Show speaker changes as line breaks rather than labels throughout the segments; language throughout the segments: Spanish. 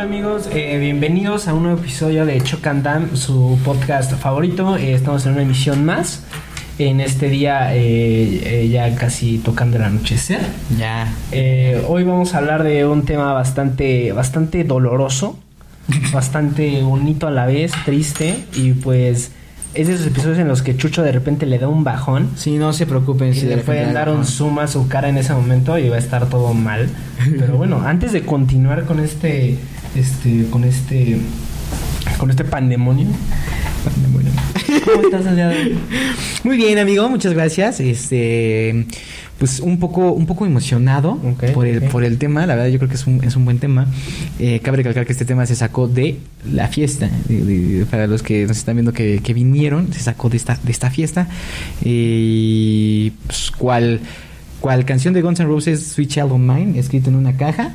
amigos? Eh, bienvenidos a un nuevo episodio de Chocandam, su podcast favorito. Eh, estamos en una emisión más. En este día eh, ya casi tocando el anochecer. Eh,
Ya.
hoy vamos a hablar de un tema bastante, bastante doloroso, bastante bonito a la vez, triste y pues es de esos episodios en los que Chucho de repente le da un bajón
Sí, no se preocupen.
y
si de
le
repente
pueden dar un
algo-
zoom a su cara en ese momento y va a estar todo mal. Pero bueno, antes de continuar con este, este, con este, con este pandemonio. pandemonio. ¿Cómo estás el día de hoy?
Muy bien, amigo, muchas gracias. Este, pues un poco, un poco emocionado
Ok,
por el,
ok.
por el tema. La verdad, yo creo que es un, es un buen tema. Eh, cabe recalcar que este tema se sacó de la fiesta. De- de- para los que nos están viendo que, que vinieron, se sacó de esta, de esta fiesta. Eh, Y pues, cual, cual canción de Guns N' Roses, Sweet Child of Mine, escrito en una caja.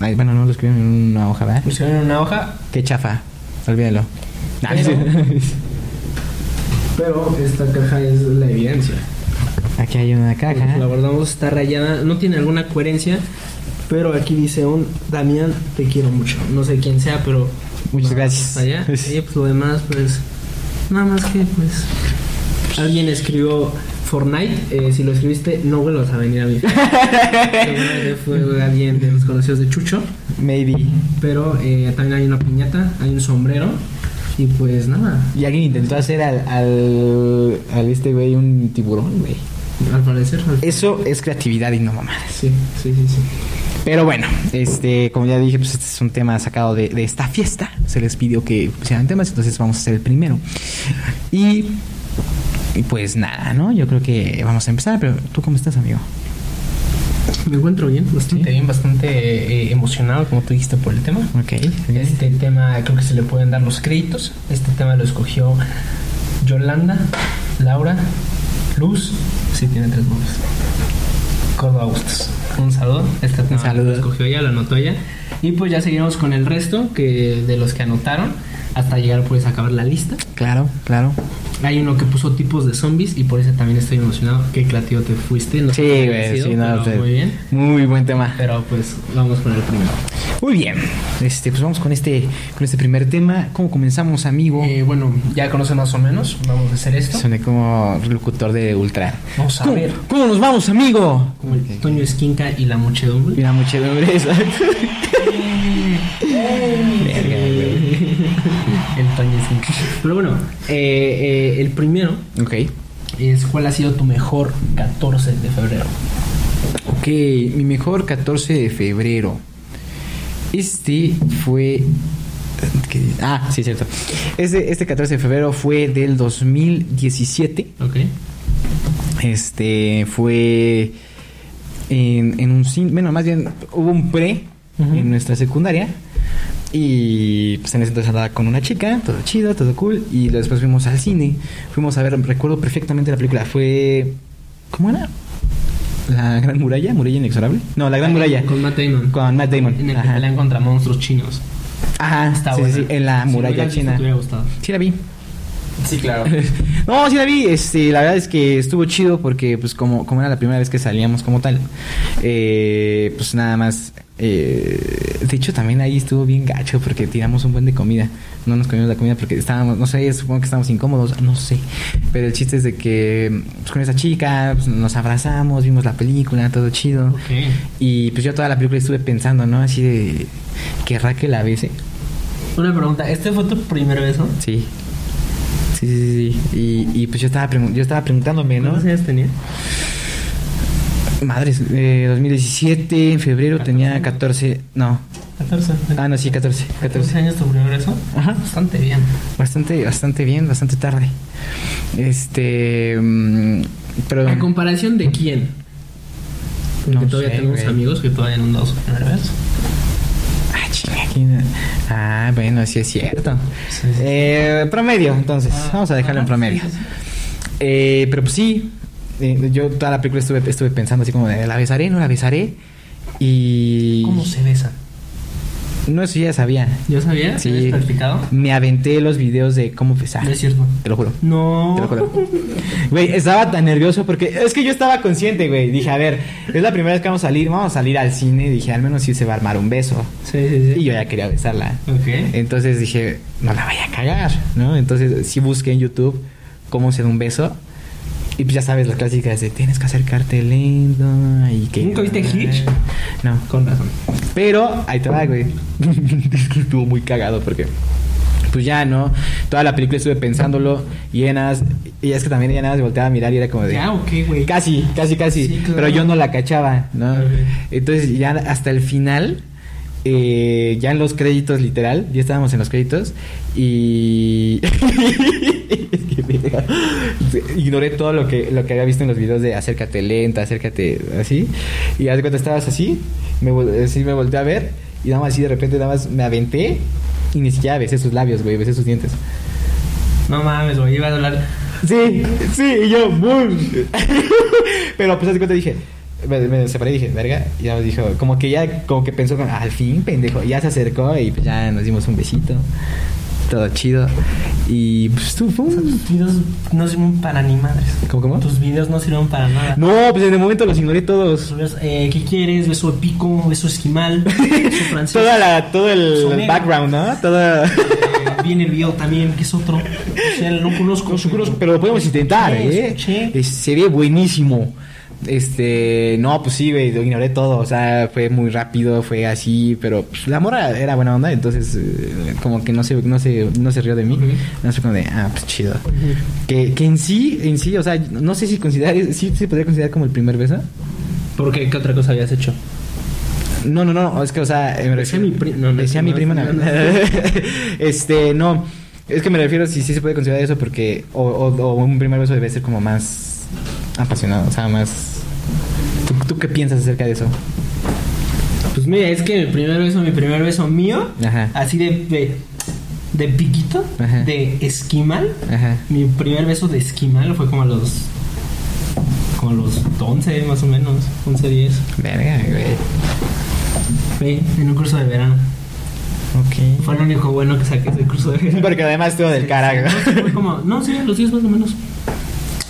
Ay, bueno, no lo escribieron en una hoja, ¿verdad?
Pusieron en una hoja,
Qué chafa. Olvídalo. Nah,
Pero-
sí.
Ah, pero esta caja es la evidencia.
Aquí hay una caja. ¿eh?
La guardamos, está rayada, no tiene alguna coherencia. Pero aquí dice un Damián, te quiero mucho. No sé quién sea, pero
Muchas
nada,
gracias.
hasta allá.
Pues-
Y pues lo demás, pues. Nada más que, pues. Alguien escribió Fortnite. eh, si lo escribiste, no vuelvas a venir a mí. Seguramente fue alguien de los conocidos de Chucho.
Maybe.
Pero eh, también hay una piñata, hay un sombrero. Y pues nada,
Y alguien intentó hacer al, al, al este güey un tiburón, güey.
al parecer. al-
Eso es creatividad y no mamadas.
Sí, sí, sí, sí.
Pero bueno, este, como ya dije, pues este es un tema sacado de, de esta fiesta. Se les pidió que pusieran temas, entonces vamos a hacer el primero. Y, y pues nada, ¿no? Yo creo que vamos a empezar, pero ¿tú cómo estás, amigo?
Me encuentro bien, bastante bien, bastante eh, emocionado, como tú dijiste, por el tema.
Ok.
Este tema creo que se le pueden dar los créditos. Este tema lo escogió Yolanda, Laura, Luz. Sí, tiene tres nombres. Córdoba Bustos. Un saludo. Este tema
saludo.
lo escogió ella, lo anotó ella. Y pues ya seguimos con el resto que de los que anotaron hasta llegar pues a acabar la lista.
Claro, claro.
Hay uno que puso tipos de zombies y por eso también estoy emocionado. Qué creativo te fuiste. No sé
Sí,
qué
güey,
haya sido,
sí, no,
pero
sí.
muy bien.
Muy buen tema.
Pero pues vamos con el primero.
Muy bien. Este, pues vamos con este, con este primer tema. ¿Cómo comenzamos, amigo?
Eh, bueno, ya conocen más o menos. Vamos a hacer esto.
Soné como locutor de Ultra.
Vamos a
¿Cómo,
ver.
cómo nos vamos, amigo?
Como el Toño Esquinca y la muchedumbre.
Mira, muchedumbre esa.
el Toño Esquinca. Pero bueno, eh, eh, el primero
ok.
es cuál ha sido tu mejor 14 de febrero.
Ok, mi mejor 14 de febrero. Este fue... ¿qué? Ah, sí, cierto. Este, este 14 de febrero fue del 2017.
Ok.
Este fue en, en un cin- bueno, más bien hubo un pre
Ujú.
en nuestra secundaria. Y pues en ese entonces andaba con una chica, todo chido, todo cool. Y después fuimos al cine. Fuimos a ver, recuerdo perfectamente la película. Fue. ¿Cómo era? La Gran Muralla, Muralla Inexorable. No, la Gran Muralla.
Con Matt Damon.
Con Matt Damon.
En el que
Ajá.
pelean contra monstruos chinos.
Ajá,
Está
sí, sí,
buena.
sí, en la
Si
muralla
hubieras visto,
china.
Te hubiera gustado.
Sí, la vi.
Sí, claro.
No, sí la vi, este, la verdad es que estuvo chido porque pues como, como era la primera vez que salíamos como tal, eh, pues nada más, eh, de hecho también ahí estuvo bien gacho porque tiramos un buen de comida, no nos comimos la comida porque estábamos, no sé, supongo que estábamos incómodos, no sé, pero el chiste es de que pues, con esa chica pues, nos abrazamos, vimos la película, todo chido,
ok.
y pues yo toda la película estuve pensando, ¿no? Así de, ¿querrá que la bese?
Una pregunta. ¿Este fue tu primer beso?
Sí. Sí, sí, sí, sí. Y, y pues yo estaba, pregun- yo estaba preguntándome, ¿no? Ah,
¿Cuántos años tenía?
Madres, eh, 2017, en febrero tenía 14, no.
14.
Ah, no, sí, 14,
14
14.
años tu primer beso.
Ajá.
Bastante bien.
Bastante, bastante bien, bastante tarde. Este, mm, pero...
¿A comparación de quién? Ah, Porque
No
todavía
sé,
tenemos
güey.
amigos que todavía no han dado su primer beso.
Ah, chinga, ¿quién? Ah, bueno, sí es cierto.
Sí, Ah, sí.
Eh, promedio, entonces, vamos a dejarlo en promedio. Eh, pero pues sí, eh, yo toda la película estuve, estuve pensando así como, de, ¿la besaré? ¿No la besaré? Y...
¿Cómo se besan?
No, eso ya sabía.
¿Yo sabía?
Sí.
¿Habías practicado?
Me aventé los videos de cómo pesar.
No es cierto.
Te lo juro.
No.
Te lo juro. Güey, estaba tan nervioso porque es que yo estaba consciente, güey. Dije, a ver, es la primera vez que vamos a salir, vamos a salir al cine. Dije, al menos sí se va a armar un beso.
Sí, sí, sí.
Y yo ya Eh, quería besarla.
Ok.
Entonces dije, no la vaya a cagar, ¿no? Entonces sí busqué en YouTube cómo se da un beso. Y pues ya sabes, las clásicas de tienes que acercarte lento y que...
¿Nunca viste Hitch?
No.
Con razón.
Pero ahí te va, güey. es que estuvo muy cagado porque. Pues ya, ¿no? Toda la película estuve pensándolo y ella nada más- y es que también ella nada más volteaba a mirar y era como de.
Ya, ok, güey.
Casi, casi, casi.
Sí, claro.
Pero yo no la cachaba, ¿no?
Ok.
Entonces ya hasta el final, eh, ya en los créditos, literal, ya estábamos en los créditos y... Es que, verga. Ignoré todo lo que, lo que había visto en los videos de acércate lenta, acércate así. Y haz de cuenta estabas así, me, vol- así me volteé a ver y nada más así de repente nada más me aventé y ni siquiera besé sus labios, güey, besé sus dientes.
No mames, güey. Iba a hablar.
Sí, sí, y yo, boom. Pero pues así cuenta dije, me, me separé y dije, verga, y ya me dijo, como que ya, como que pensó, como, al fin, pendejo, y ya se acercó y pues ya nos dimos un besito, todo chido, y pues tú, fue un-
Tus videos no sirven para ni madres.
¿Cómo, cómo?
Tus videos no sirven para nada.
No, pues en el momento los ignoré todos.
Tus videos, eh, ¿Qué quieres? Beso de pico, beso esquimal, beso francés.
Toda la, todo
Su
el
negro.
background, ¿no? Todo...
Eh, viene el video también, que es otro. O sea, no conozco.
Con su cruz, pero lo podemos intentar,
Escuché,
¿eh?
escuché.
Es- Se ve buenísimo. Este, no, pues sí, güey, lo ignoré todo. O sea, fue muy rápido, fue así, pero pues, la mora era buena onda, entonces, eh, como que no se, no se, no se rió de mí.
Ujú.
No sé, como de, ah, pues chido. Que, que en sí, en sí, o sea, no sé si considerar, sí se podría considerar como el primer beso.
¿Por qué? ¿Qué otra cosa habías hecho?
No, no, no, es que, o sea, eh, me
Besé a mi pri- no,
No,
no,
decía
no,
mi prima.
no,
no.
no.
este, no. Es que me refiero si sí se puede considerar eso porque. O, o- o un primer beso debe ser como más apasionado, o sea, más. ¿Tú, tú qué piensas acerca de eso?
Pues mira, es que el primer beso, mi primer beso mío,
Ajá.
así de, de, de piquito,
Ajá.
de esquimal.
Ajá.
Mi primer beso de esquimal fue como a los. como a los 11 más o menos, 11, 10.
Verga, güey.
Fue en un curso de verano.
Ok.
Fue lo único bueno que saqué del curso de verano.
Porque además estuvo del carajo.
No, sí, fue como, no, sí, los 10 más o menos.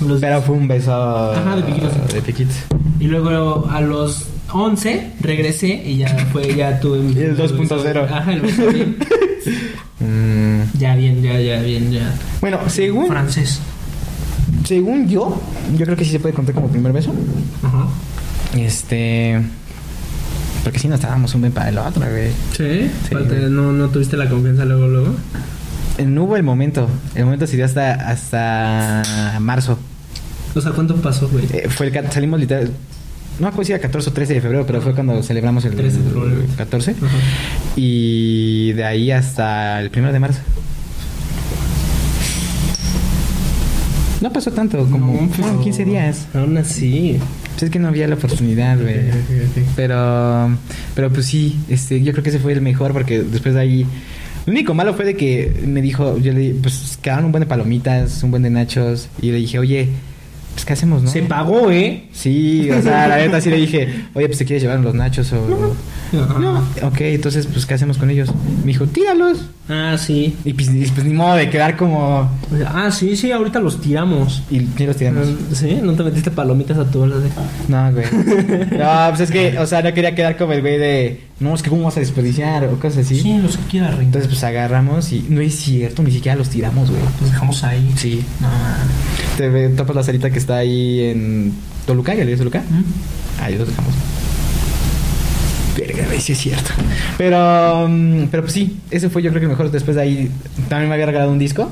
Los
Pero fue un beso.
Ajá, de piquitos.
De piquitos.
Y luego a los 11 regresé y ya fue, ya tuve mi-
El 2.0.
Ajá, el 2.0.
Mm.
Ya bien, ya, ya, bien, ya.
Bueno, según,
Francés.
según yo, yo creo que sí se puede contar como primer beso.
Ajá.
Este. Porque si no estábamos un buen para el otro, güey.
Sí,
Falta-
no, no tuviste la confianza luego, luego.
Eh, No hubo el momento. El momento sería hasta, hasta marzo.
O sea, ¿cuánto pasó, güey?
Eh, fue el, cat- salimos literal. No me acuerdo si era 14 o 13 de febrero, pero fue cuando celebramos el
13 probablemente.
14.
Ajá.
Y de ahí hasta el primero de marzo. No pasó tanto, como
No,
fueron
pero-
15 días.
Aún así. Eh,
Pues es que no había la oportunidad, güey.
Ok, ok, ok.
Pero, pero pues sí, este, yo creo que ese fue el mejor porque después de ahí. Lo único malo fue de que me dijo, yo le pues quedaron un buen de palomitas, un buen de nachos. Y le dije, oye, pues ¿qué hacemos, no?
Se pagó, ¿eh?
Sí, o sea, la neta sí le dije, oye, pues te quieres llevar los nachos o.
Ajá.
No, ok, entonces, pues, ¿qué hacemos con ellos? Me dijo, tíralos.
Ah, sí.
Y pues, y, pues, ni modo de quedar como.
O sea, Ah, sí, sí, ahorita los tiramos.
Y, y los tiramos.
Ah, ¿Sí? ¿No te metiste palomitas a tu bola de...?
No, güey. No, pues es que, o sea, no quería quedar como el güey de, no, es que cómo vas a desperdiciar o cosas así.
Sí, los que quiera, rey.
Entonces, pues agarramos y no es cierto, ni siquiera los tiramos, güey.
los dejamos ahí.
Sí.
No, mames.
Te ve- topas la salita que está ahí en Toluca, ¿ya le dices Toluca?
¿Mm?
Ahí los dejamos. Verga, güey, sí es cierto. Pero, mm, pero pues sí, ese fue yo creo que el mejor. Después de ahí también me había regalado un disco.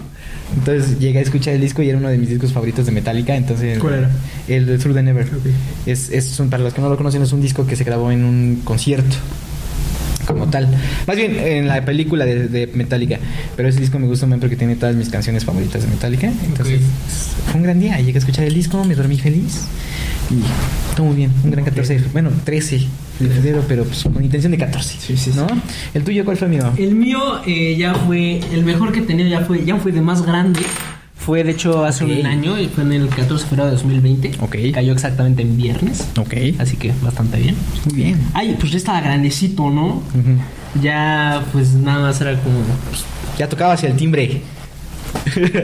Entonces llegué a escuchar el disco y era uno de mis discos favoritos de Metallica. Entonces,
¿Cuál era?
El de Through the Never. Es, es un- para los que no lo conocen, es un disco que se grabó en un concierto. Como tal. Más bien en la película de, de Metallica. Pero ese disco me gusta mucho porque tiene todas mis canciones favoritas de Metallica. Entonces fue un gran día. Llegué a escuchar el disco, me dormí feliz. Y todo muy bien. Un gran 14. de fe- Bueno, 13 de febrero, pero pues con intención de 14.
Sí, sí, sí.
¿No? ¿El tuyo cuál fue, amigo?
El mío eh, ya fue, el mejor que tenía ya fue, ya fue de más grande. Fue de hecho hace
Ok.
un año, y fue en el 14 de febrero de 2020.
Ok.
Cayó exactamente en viernes.
Ok.
Así que bastante bien.
Muy bien.
Ay, pues ya estaba grandecito, ¿no? Ya, pues nada más era como. pues,
Ya tocaba hacia el timbre.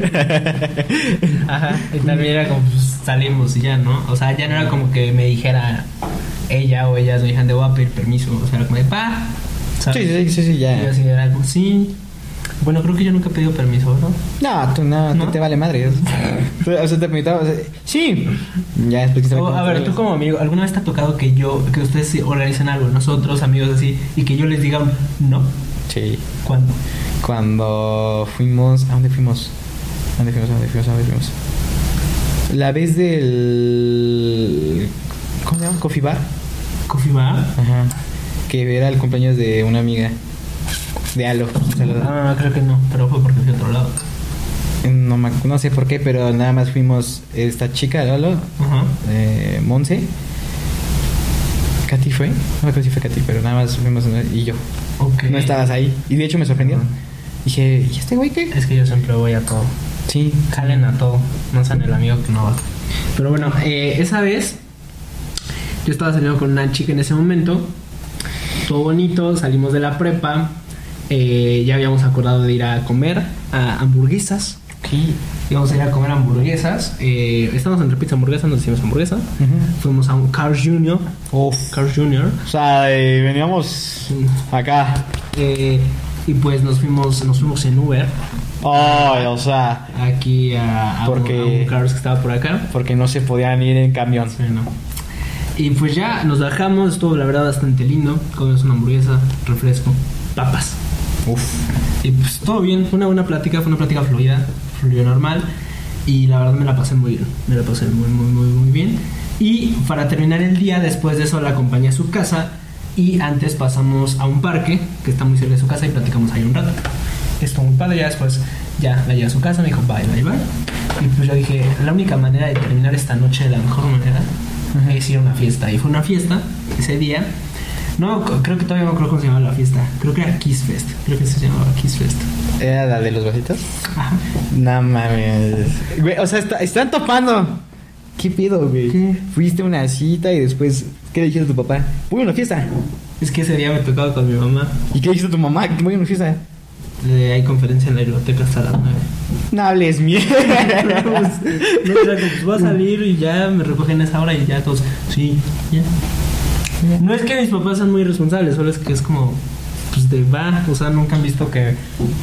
Ajá, y también era como pues, salimos y ya, ¿no? O sea, ya no era como que me dijera ella o ellas me dijeran de voy a pedir permiso, o sea, era como de pa. ¿sabes?
Sí, sí, sí, sí,
Y yo
ya.
así era como, sí. Bueno, creo que yo nunca he pedido permiso, ¿no?
No, tú no,
¿No?
Te, te vale madre. o sea, te permitaba. o sea, sí. Ya después que
O, a ver, tú como amigo, ¿alguna vez te ha tocado que yo, que ustedes sí organicen algo, nosotros, amigos así, y que yo les diga un no?
Sí.
¿Cuándo?
Cuando fuimos. ¿A dónde fuimos? ¿A dónde fuimos? ¿A dónde fuimos? ¿A dónde fuimos? La vez del. ¿Cómo se llama? Coffee Bar.
¿Coffee bar?
Ajá. Que era el cumpleaños de una amiga. De Alo. Un saludo.
Ah, creo que no, pero fue porque fui a otro lado.
No, me ac- no sé por qué, pero nada más fuimos esta chica, Lolo,
Ajá.
eh, Monse. Katy fue. No me acuerdo si fue Katy, pero nada más fuimos ¿no? y yo.
Ok.
No estabas ahí. Y de hecho me sorprendió.
Ajá.
Dije, ¿y este güey qué?
Es que yo siempre voy a todo.
Sí.
Jalen a todo, no sean el amigo que no va. Pero bueno, eh, esa vez yo estaba saliendo con una chica en ese momento, todo bonito, salimos de la prepa, eh, ya habíamos acordado de ir a comer a hamburguesas, íbamos a ir a comer hamburguesas, eh, estamos entre pizza y hamburguesa, nos hicimos hamburguesa, fuimos a un Carl Jr.,
Uf.
Carl Jr.,
O sea, eh, veníamos acá.
eh, y pues nos fuimos, nos fuimos en Uber
Ay, o sea,
aquí a, a un-
Porque-
a un Carl's que estaba por acá.
porque no se podían ir en camión.
Sí, no. Y pues ya nos bajamos, estuvo la verdad bastante lindo. Comimos una hamburguesa, refresco, papas.
Uf.
Y pues todo bien, fue una buena plática, fue una plática fluida, fluyó normal. Y la verdad me la pasé muy bien, me la pasé muy, muy, muy, muy bien. Y para terminar el día, después de eso la acompañé a su casa. Y antes pasamos a un parque que está muy cerca de su casa y platicamos ahí un rato. Estuvo muy padre, ya después ya la llevé a su casa, me dijo bye, bye, bye. Y pues yo dije, la única manera de terminar esta noche de la mejor manera es ir a una fiesta. Y fue una fiesta ese día. No, c- creo que todavía no creo cómo se llamaba la fiesta. Creo que era Kiss Fest. Creo que se llamaba Kiss Fest.
¿Era la de los vasitos?
Ajá.
No mames. Güey, o sea, está- están topando. ¿Qué pido, güey?
¿Qué?
Fuiste a una cita y después, ¿qué le dijiste a tu papá? Voy a una fiesta.
Es que ese día me tocaba con mi mamá.
¿Y qué le dijiste a tu mamá? Voy a una fiesta.
Eh, hay conferencia en la biblioteca hasta las 9.
No hables mierda.
no, o sea, pues voy a salir y ya me recogen a esa hora y ya todos. Sí, ya. No es que mis papás sean muy responsables, solo es que es como. Pues de va, o sea, nunca han visto que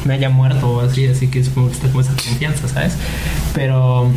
me haya muerto o así, así que supongo que está como esa confianza, ¿sabes? Pero.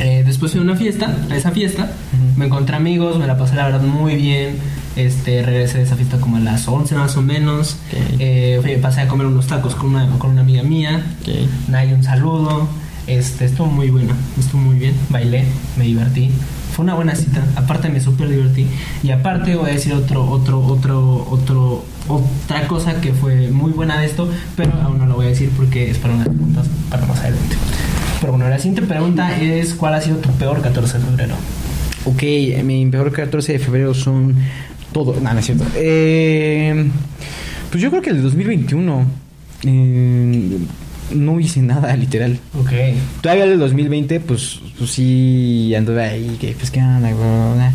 eh, después fui a una fiesta, a esa fiesta,
Ujú.
me encontré amigos, me la pasé la verdad muy bien. Este, regresé de esa fiesta como a las 11 más o menos.
Ok.
Eh, fui- pasé a comer unos tacos con una, con una amiga mía.
Ok.
Nay, un saludo. Este, estuvo muy bueno, estuvo muy bien. Bailé, me divertí. Fue una buena cita. Aparte me súper divertí. Y aparte voy a decir otro, otro, otro, otro, otra cosa que fue muy buena de esto, pero aún no lo voy a decir porque es para unas preguntas para más adelante. Pero bueno, la siguiente pregunta es ¿cuál ha sido tu peor 14 de febrero?
Ok, eh, mi peor 14 de febrero son todo. No, no es cierto. Eh, pues yo creo que el 2021 eh, no hice nada, literal.
Ok.
Todavía el 2020, pues, pues sí anduve ahí, que pues qué onda, güey, bla, bla.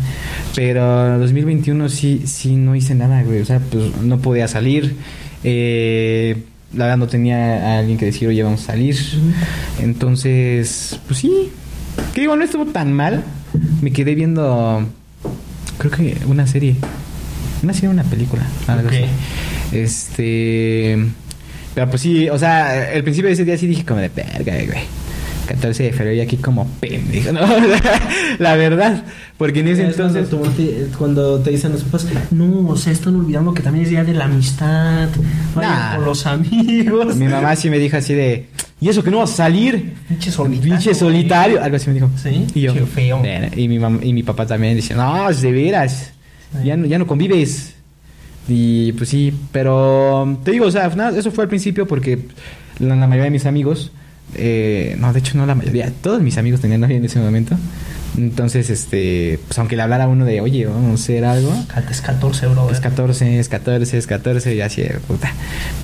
Pero el 2021 sí, sí no hice nada, güey. O sea, pues no podía salir. Eh, la verdad no tenía a alguien que decir, oye, vamos a salir. Entonces, pues sí. Que digo, no estuvo tan mal. Me quedé viendo, creo que una serie. Una serie, una película. algo
Ok.
así. Este. Pero pues sí, o sea, el principio de ese día sí dije como de verga, güey. 14 de febrero y aquí como pendejo, ¿no? La verdad, porque en ese
Es cuando
entonces.
tu- te- cuando te dicen los papás, no, o sea, están olvidando que también es día de la amistad, vayan
Nah.
con los amigos.
Mi mamá sí me dijo así de. ¿Y eso que no vas a salir?
Pinche
Pinche solitario. Algo así me dijo.
Sí,
Y yo.
qué feo.
"Verga". Y mi, mam- y mi papá también dice, no, es de veras. Ya no, ya no convives. Y pues sí, pero te digo, o sea, nada, eso fue al principio porque la, la mayoría de mis amigos, eh, no, de hecho no la mayoría, todos mis amigos tenían novia en ese momento. Entonces, este, pues aunque le hablara a uno de, oye, vamos a hacer algo,
Cat-
eh.
Es 14, bro.
es 14, es 14, es 14, y así, de puta.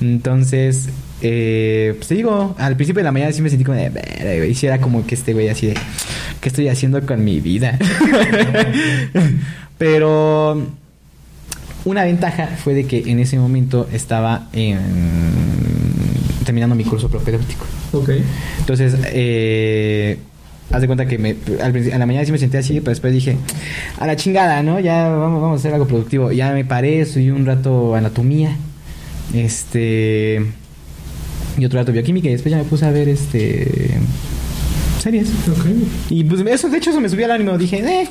Entonces, eh, pues te digo, al principio de la mañana sí me sentí como de, "Verga, güey", y sí era como que este güey así de, ¿qué estoy haciendo con mi vida? Pero una ventaja fue de que en ese momento estaba en- terminando mi curso propedéutico.
Ok.
Entonces, eh, haz de cuenta que me, al principio- a la mañana sí me senté así, pero después dije, a la chingada, ¿no? Ya vamos, vamos a hacer algo productivo. Ya me paré, estudié un rato anatomía, este, y otro rato bioquímica, y después ya me puse a ver, este, series.
Ok.
Y pues eso, de hecho, eso me subió al ánimo. Dije, eh,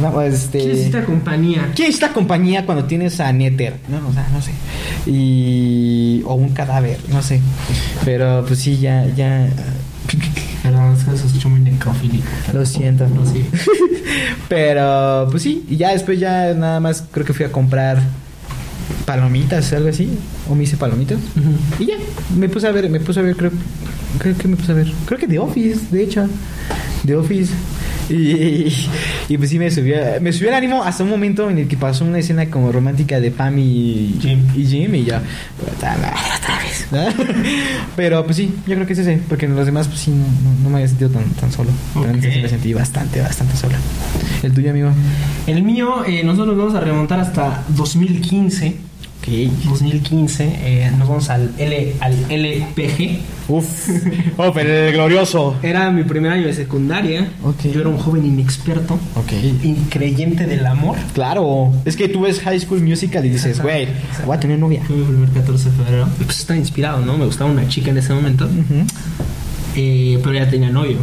vamos, este...
¿Quién es esta compañía?
¿Quién es la compañía cuando tienes a Nether? No, o sea, no sé. Y. O un cadáver, no sé. Pero pues sí, ya, ya.
Perdón, es que se escuchó muy necrofílico.
Lo siento.
No, sí.
Pero pues sí, y ya después ya nada más creo que fui a comprar palomitas o algo así. O me hice palomitas. Y ya, me puse a ver, me puse a ver, creo, creo que me puse a ver. Creo que The Office, de hecho. The Office. Y, y pues sí me subió, me subió el ánimo hasta un momento en el que pasó una escena como romántica de Pam y
Jim.
Y, Jim, y ya. "Puta madre, otra vez", ¿no? Pero pues sí, yo creo que es ese, porque en los demás pues sí, no, no- no me había sentido tan, tan solo. Pero en ese sí
Ok.
me sentí bastante, bastante solo. El tuyo, amigo.
El mío, eh, nosotros nos vamos a remontar hasta 2015.
Ok.
2015, eh, nos vamos al, L, al LPG.
Uf. Oh, pero el glorioso.
Era mi primer año de secundaria.
Ok.
Yo era un joven inexperto,
Ok.
increyente del amor.
Claro, es que tú ves High School Musical y dices, güey, voy a tener novia.
Fue mi primer 14 de febrero. Y Pues estaba inspirado, ¿no? Me gustaba una chica en ese momento, eh, pero ya tenía novio.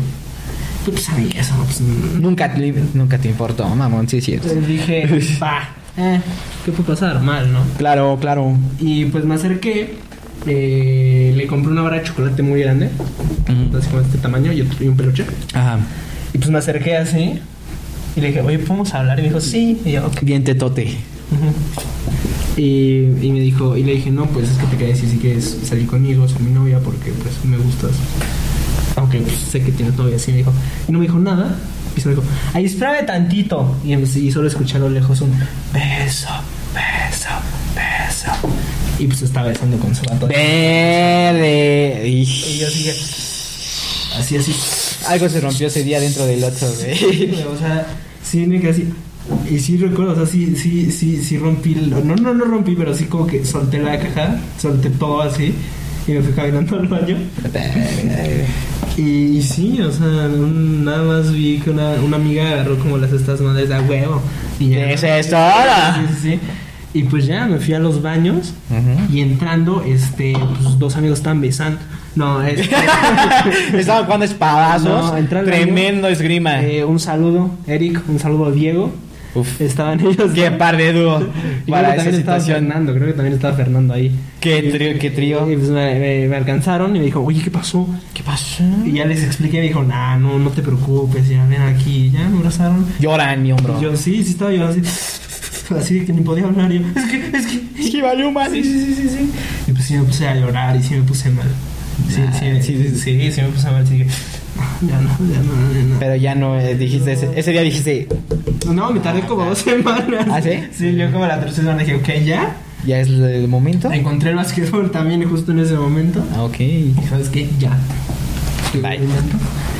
Yo pues sabía eso, ¿no? Pues, mm.
Nunca, te- nunca te importó, mamón, sí es cierto.
Entonces dije, va, eh, ¿qué puede pasar? Mal, ¿no?
Claro, claro.
Y pues me acerqué, eh, le compré una barra de chocolate muy grande, así como de este tamaño y otro- y un peluche.
Ajá.
Y pues me acerqué así y le dije, oye, ¿podemos hablar? Y me dijo, sí. Y yo, ok.
Bien tetote.
Ujú. Y, y me dijo, y le dije, no, pues es que te quería decir si quieres salir conmigo, soy mi novia, porque pues me gustas. Aunque pues, sé que tienes novia, así me dijo. Y no me dijo nada. Y se me dijo, ay, espérame tantito. Y, em- y solo escuché a lo lejos un beso, beso, beso. Y pues estaba besando con su gato.
Verde.
Y yo dije, así, así.
Algo se rompió ese día dentro del otro,
Sí, güey, o sea, sí me quedé así. Y sí recuerdo, o sea, sí, sí, sí, sí rompí, el- no, no, no rompí, pero sí como que solté la caja, solté todo así y me fui caminando al baño. Y, y sí, o sea, un- nada más vi que una, una amiga agarró como las estas madres de a huevo. Y ya,
Eso es todo.
Sí, sí, sí. Y pues ya me fui a los baños y entrando, este, pues dos amigos estaban besando. No, este,
Estaban jugando espadazos.
No, entró al baño.
Tremendo esgrima.
eh, un saludo, Eric, un saludo a Diego.
Uf.
Estaban ellos.
Qué
dos.
par de dúo
Y creo que
para esa
también estaba
situación.
Fernando, creo que también estaba Fernando ahí.
Qué trío, qué trío.
Y pues me, me- me alcanzaron y me dijo, oye, ¿qué pasó?
¿Qué pasó?
Y ya les expliqué, me dijo, nah, no, no te preocupes, ya ven aquí, ya me abrazaron.
Lloran, mi hombro.
Y yo, sí, sí estaba llorando así, así de que ni podía hablar. y yo, es que, es que,
Es que valió más.
sí, sí, sí, sí, sí. Y pues sí me puse a llorar y sí me puse mal. Sí,
Nah,
sí, sí, sí, sí, sí me puse mal, sí, dije, "No, ya no, ya no, ya no.
Pero ya no eh, dijiste, ese, ese día dijiste,
No, me tardé como dos semanas.
¿Ah, sí?
Sí, yo como la tercera semana dije, ok, ya.
ya es el momento.
Encontré el básquetbol también justo en ese momento.
Ah, ok.
Y sabes qué, ya.
Bye.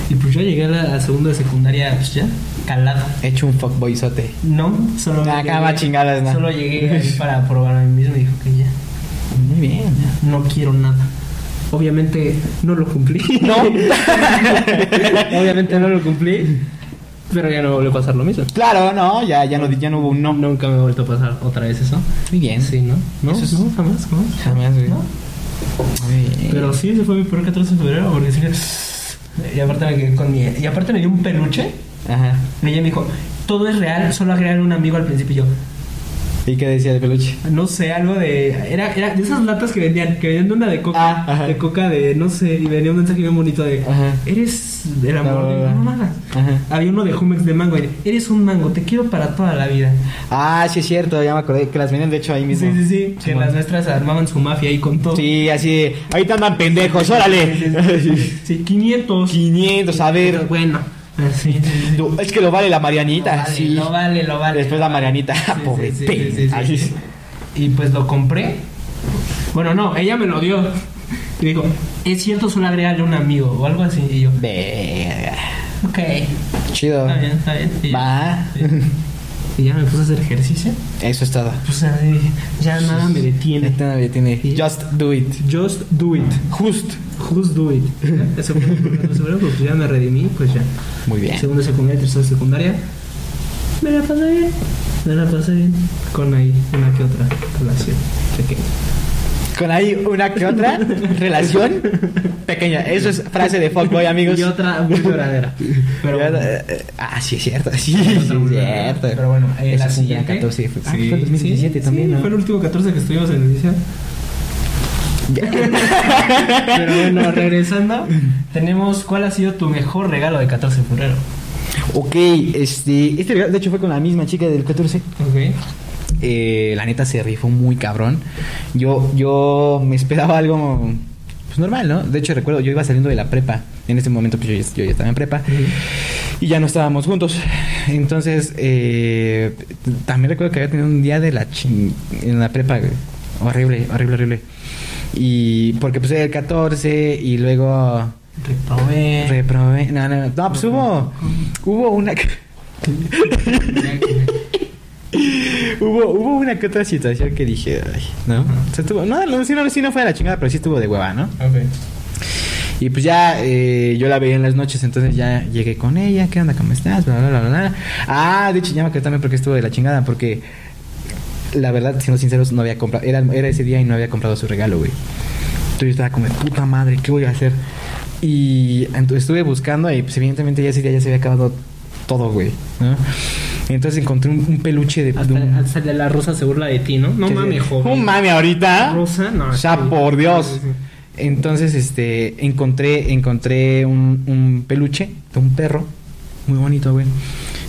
Y pues yo llegué a la a segundo de secundaria, pues ya, calado.
Hecho un fuckboyzote.
No, solo
Ah,
llegué-
cama chingadas, no.
Solo llegué ahí para probar a mí mismo y dijo que ya,
Muy bien.
ya, no quiero nada. Obviamente no lo cumplí.
No.
Obviamente no lo cumplí. Pero ya no volvió a pasar lo mismo.
Claro, no, ya, ya, no, ya no hubo un no.
Nunca me ha vuelto a pasar otra vez eso.
Muy bien.
Sí, ¿no? No,
Eso es-
no, jamás, jamás.
Jamás, güey.
No.
Muy bien.
Pero sí, ese fue mi peor 14 de febrero, porque sí que- Y aparte me quedé con mi... Y aparte me dio un peluche.
Ajá.
Y ella me dijo, todo es real, solo agregar un amigo al principio. Y yo,
¿Y qué decía el peluche?
no sé, algo de... Era, era de esas latas que vendían, que vendían de una de coca.
Ah, ajá.
de coca de, no sé, y venía un mensaje bien bonito de...
Ajá.
Eres el amor
No,
de
no,
mi
no.
mamá".
Ajá.
Había uno de Jumex de mango. y, Eres un mango, te quiero para toda la vida.
Ah, sí es cierto, ya me acordé que las venían de hecho ahí mismo.
Sí, sí, sí. Que las nuestras armaban su mafia ahí con todo.
Sí, así de, ahorita andan pendejos, órale.
Sí, 500.
500, a ver.
Bueno. Así.
du- Es que lo vale la Marianita.
pues, Lo vale, Lo
sí.
vale, lo vale.
Después la Marianita,
Sí,
pobre
sí, sí, sí, sí,
pendeja.
sí. Y pues lo compré. Bueno, no, ella me lo dio. Y dijo, es cierto, solo agregarle un amigo o algo así. Y yo,
Verga.
ok, está
Chido.
bien, está bien. Y yo,
Va.
sí. Y ya me puse a hacer ejercicio.
Eso es todo.
Pues ahí, ya nada me detiene.
Nada me detiene. Just do it.
Just do it.
Just.
Just do it. Eso fue lo primero, lo segundo, pues ya me redimí, pues ya.
Muy bien.
Segunda secundaria, tercera secundaria. Me la pasé bien. Me la pasé bien. Con ahí una que otra relación pequeña.
Con ahí una que otra relación pequeña. Eso es frase de fuckboy, amigos.
Y otra muy lloradera. Pero
Ya,
bueno,
eh, eh, ah, sí es cierto. Sí,
otra
sí es
muy lloradera.
cierto.
Pero bueno, eh,
Eso
la
fue un gran
siguiente.
14 fue- ah,
Sí,
fue en 2017
sí,
también,
sí,
¿no?
Fue el último 14 que estuvimos en Alicia. Pero bueno, regresando, tenemos cuál ha sido tu mejor regalo de 14 de febrero.
Ok, este, este regalo, de hecho fue con la misma chica del 14.
Ok.
Eh, la neta se rifó muy cabrón. Yo, yo me esperaba algo pues, normal, ¿no? De hecho recuerdo, yo iba saliendo de la prepa. En este momento pues, yo, ya- yo ya estaba en prepa. Y ya no estábamos juntos. Entonces, eh, t- también recuerdo que había tenido un día de la chin- en la prepa, güey. Horrible, horrible, horrible. Y porque pues era el 14 y luego
Reprobé.
reprobé. No, no, no. No, pues hubo, hubo una... Hubo, hubo una que otra situación que dije, ay, ¿no? O sea, estuvo- no, no, sí, no, sí no fue de la chingada, pero sí estuvo de hueva, ¿no?
Ok.
Y pues ya eh, yo la veía en las noches, entonces ya llegué con ella, ¿qué onda? ¿Cómo estás? Bla, bla, bla, bla, bla. Ah, de hecho, ya me acuerdo también porque estuvo de la chingada, porque la verdad, siendo sinceros, no había comprado, era, era ese día y no había comprado su regalo, güey. Entonces yo estaba como, puta madre, ¿qué voy a hacer? Y entonces estuve buscando y pues evidentemente ya ese día ya se había acabado todo, güey, ¿no? Entonces encontré un, un peluche de... de un-
Hasta, hasta de la rosa se burla de ti, ¿no? No
Sí, sí.
mames, joven.
No mames, ahorita.
Rosa, no.
O sea,
sí.
por Dios.
Sí, sí.
Entonces, este, encontré, encontré un, un peluche de un perro, muy bonito, güey,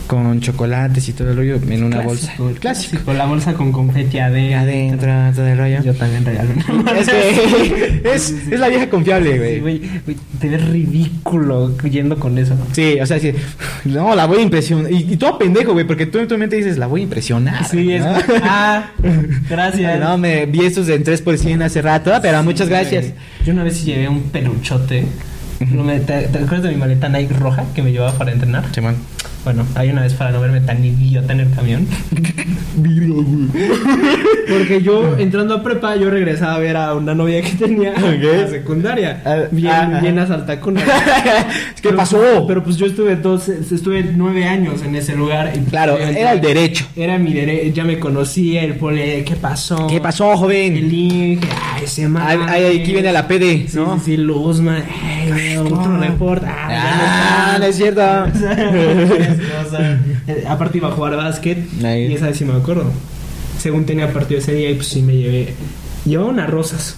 con chocolates y todo el rollo en una bolsa.
Clásico, el Clásico, la bolsa con confeti
Y
adentro.
adentro, todo el rollo.
Yo también regalo una.
Es, que- es,
Sí, sí.
es la vieja confiable,
Sí,
güey.
güey, güey, te ves ridículo yendo con eso.
Sí, o sea, sí, no, la voy a impresionar. Y, y todo pendejo, güey, porque tú en tu mente dices, la voy a impresionar.
Sí, es.
¿no?
Ah, gracias.
No, me vi estos en 3% hace rato, pero muchas
Sí,
gracias.
güey. Yo una vez sí llevé un peluchote. No me- ¿Te, te acuerdas de mi maleta Nike roja que me llevaba para entrenar?
Simón.
Bueno, hay una vez para no verme tan idiota en el camión. Porque yo, entrando a prepa, yo regresaba a ver a una novia que tenía en la
Ok.
secundaria.
Ah,
bien,
ah,
bien
ajá.
asaltacuna.
¿Qué
Pero-
pasó?
Pero pues yo estuve dos, estuve nueve años en ese lugar. y, pues,
claro,
obviamente,
era el derecho.
Era mi derecho, ya me conocía, el poli, ¿qué pasó?
¿Qué pasó,
El
joven?
Inge, ay, ese man.
Ay, ay, aquí viene la PD,
Sí,
¿no?
sí, sí, Luzman. Ay, güey, otro
¿cómo?
reporte. Ah, ya
Ah, no es cierto.
o sea, eh, aparte iba a jugar básquet
Ahí.
y esa vez sí me acuerdo. Según tenía partido ese día y pues sí me llevé. Llevaba unas rosas.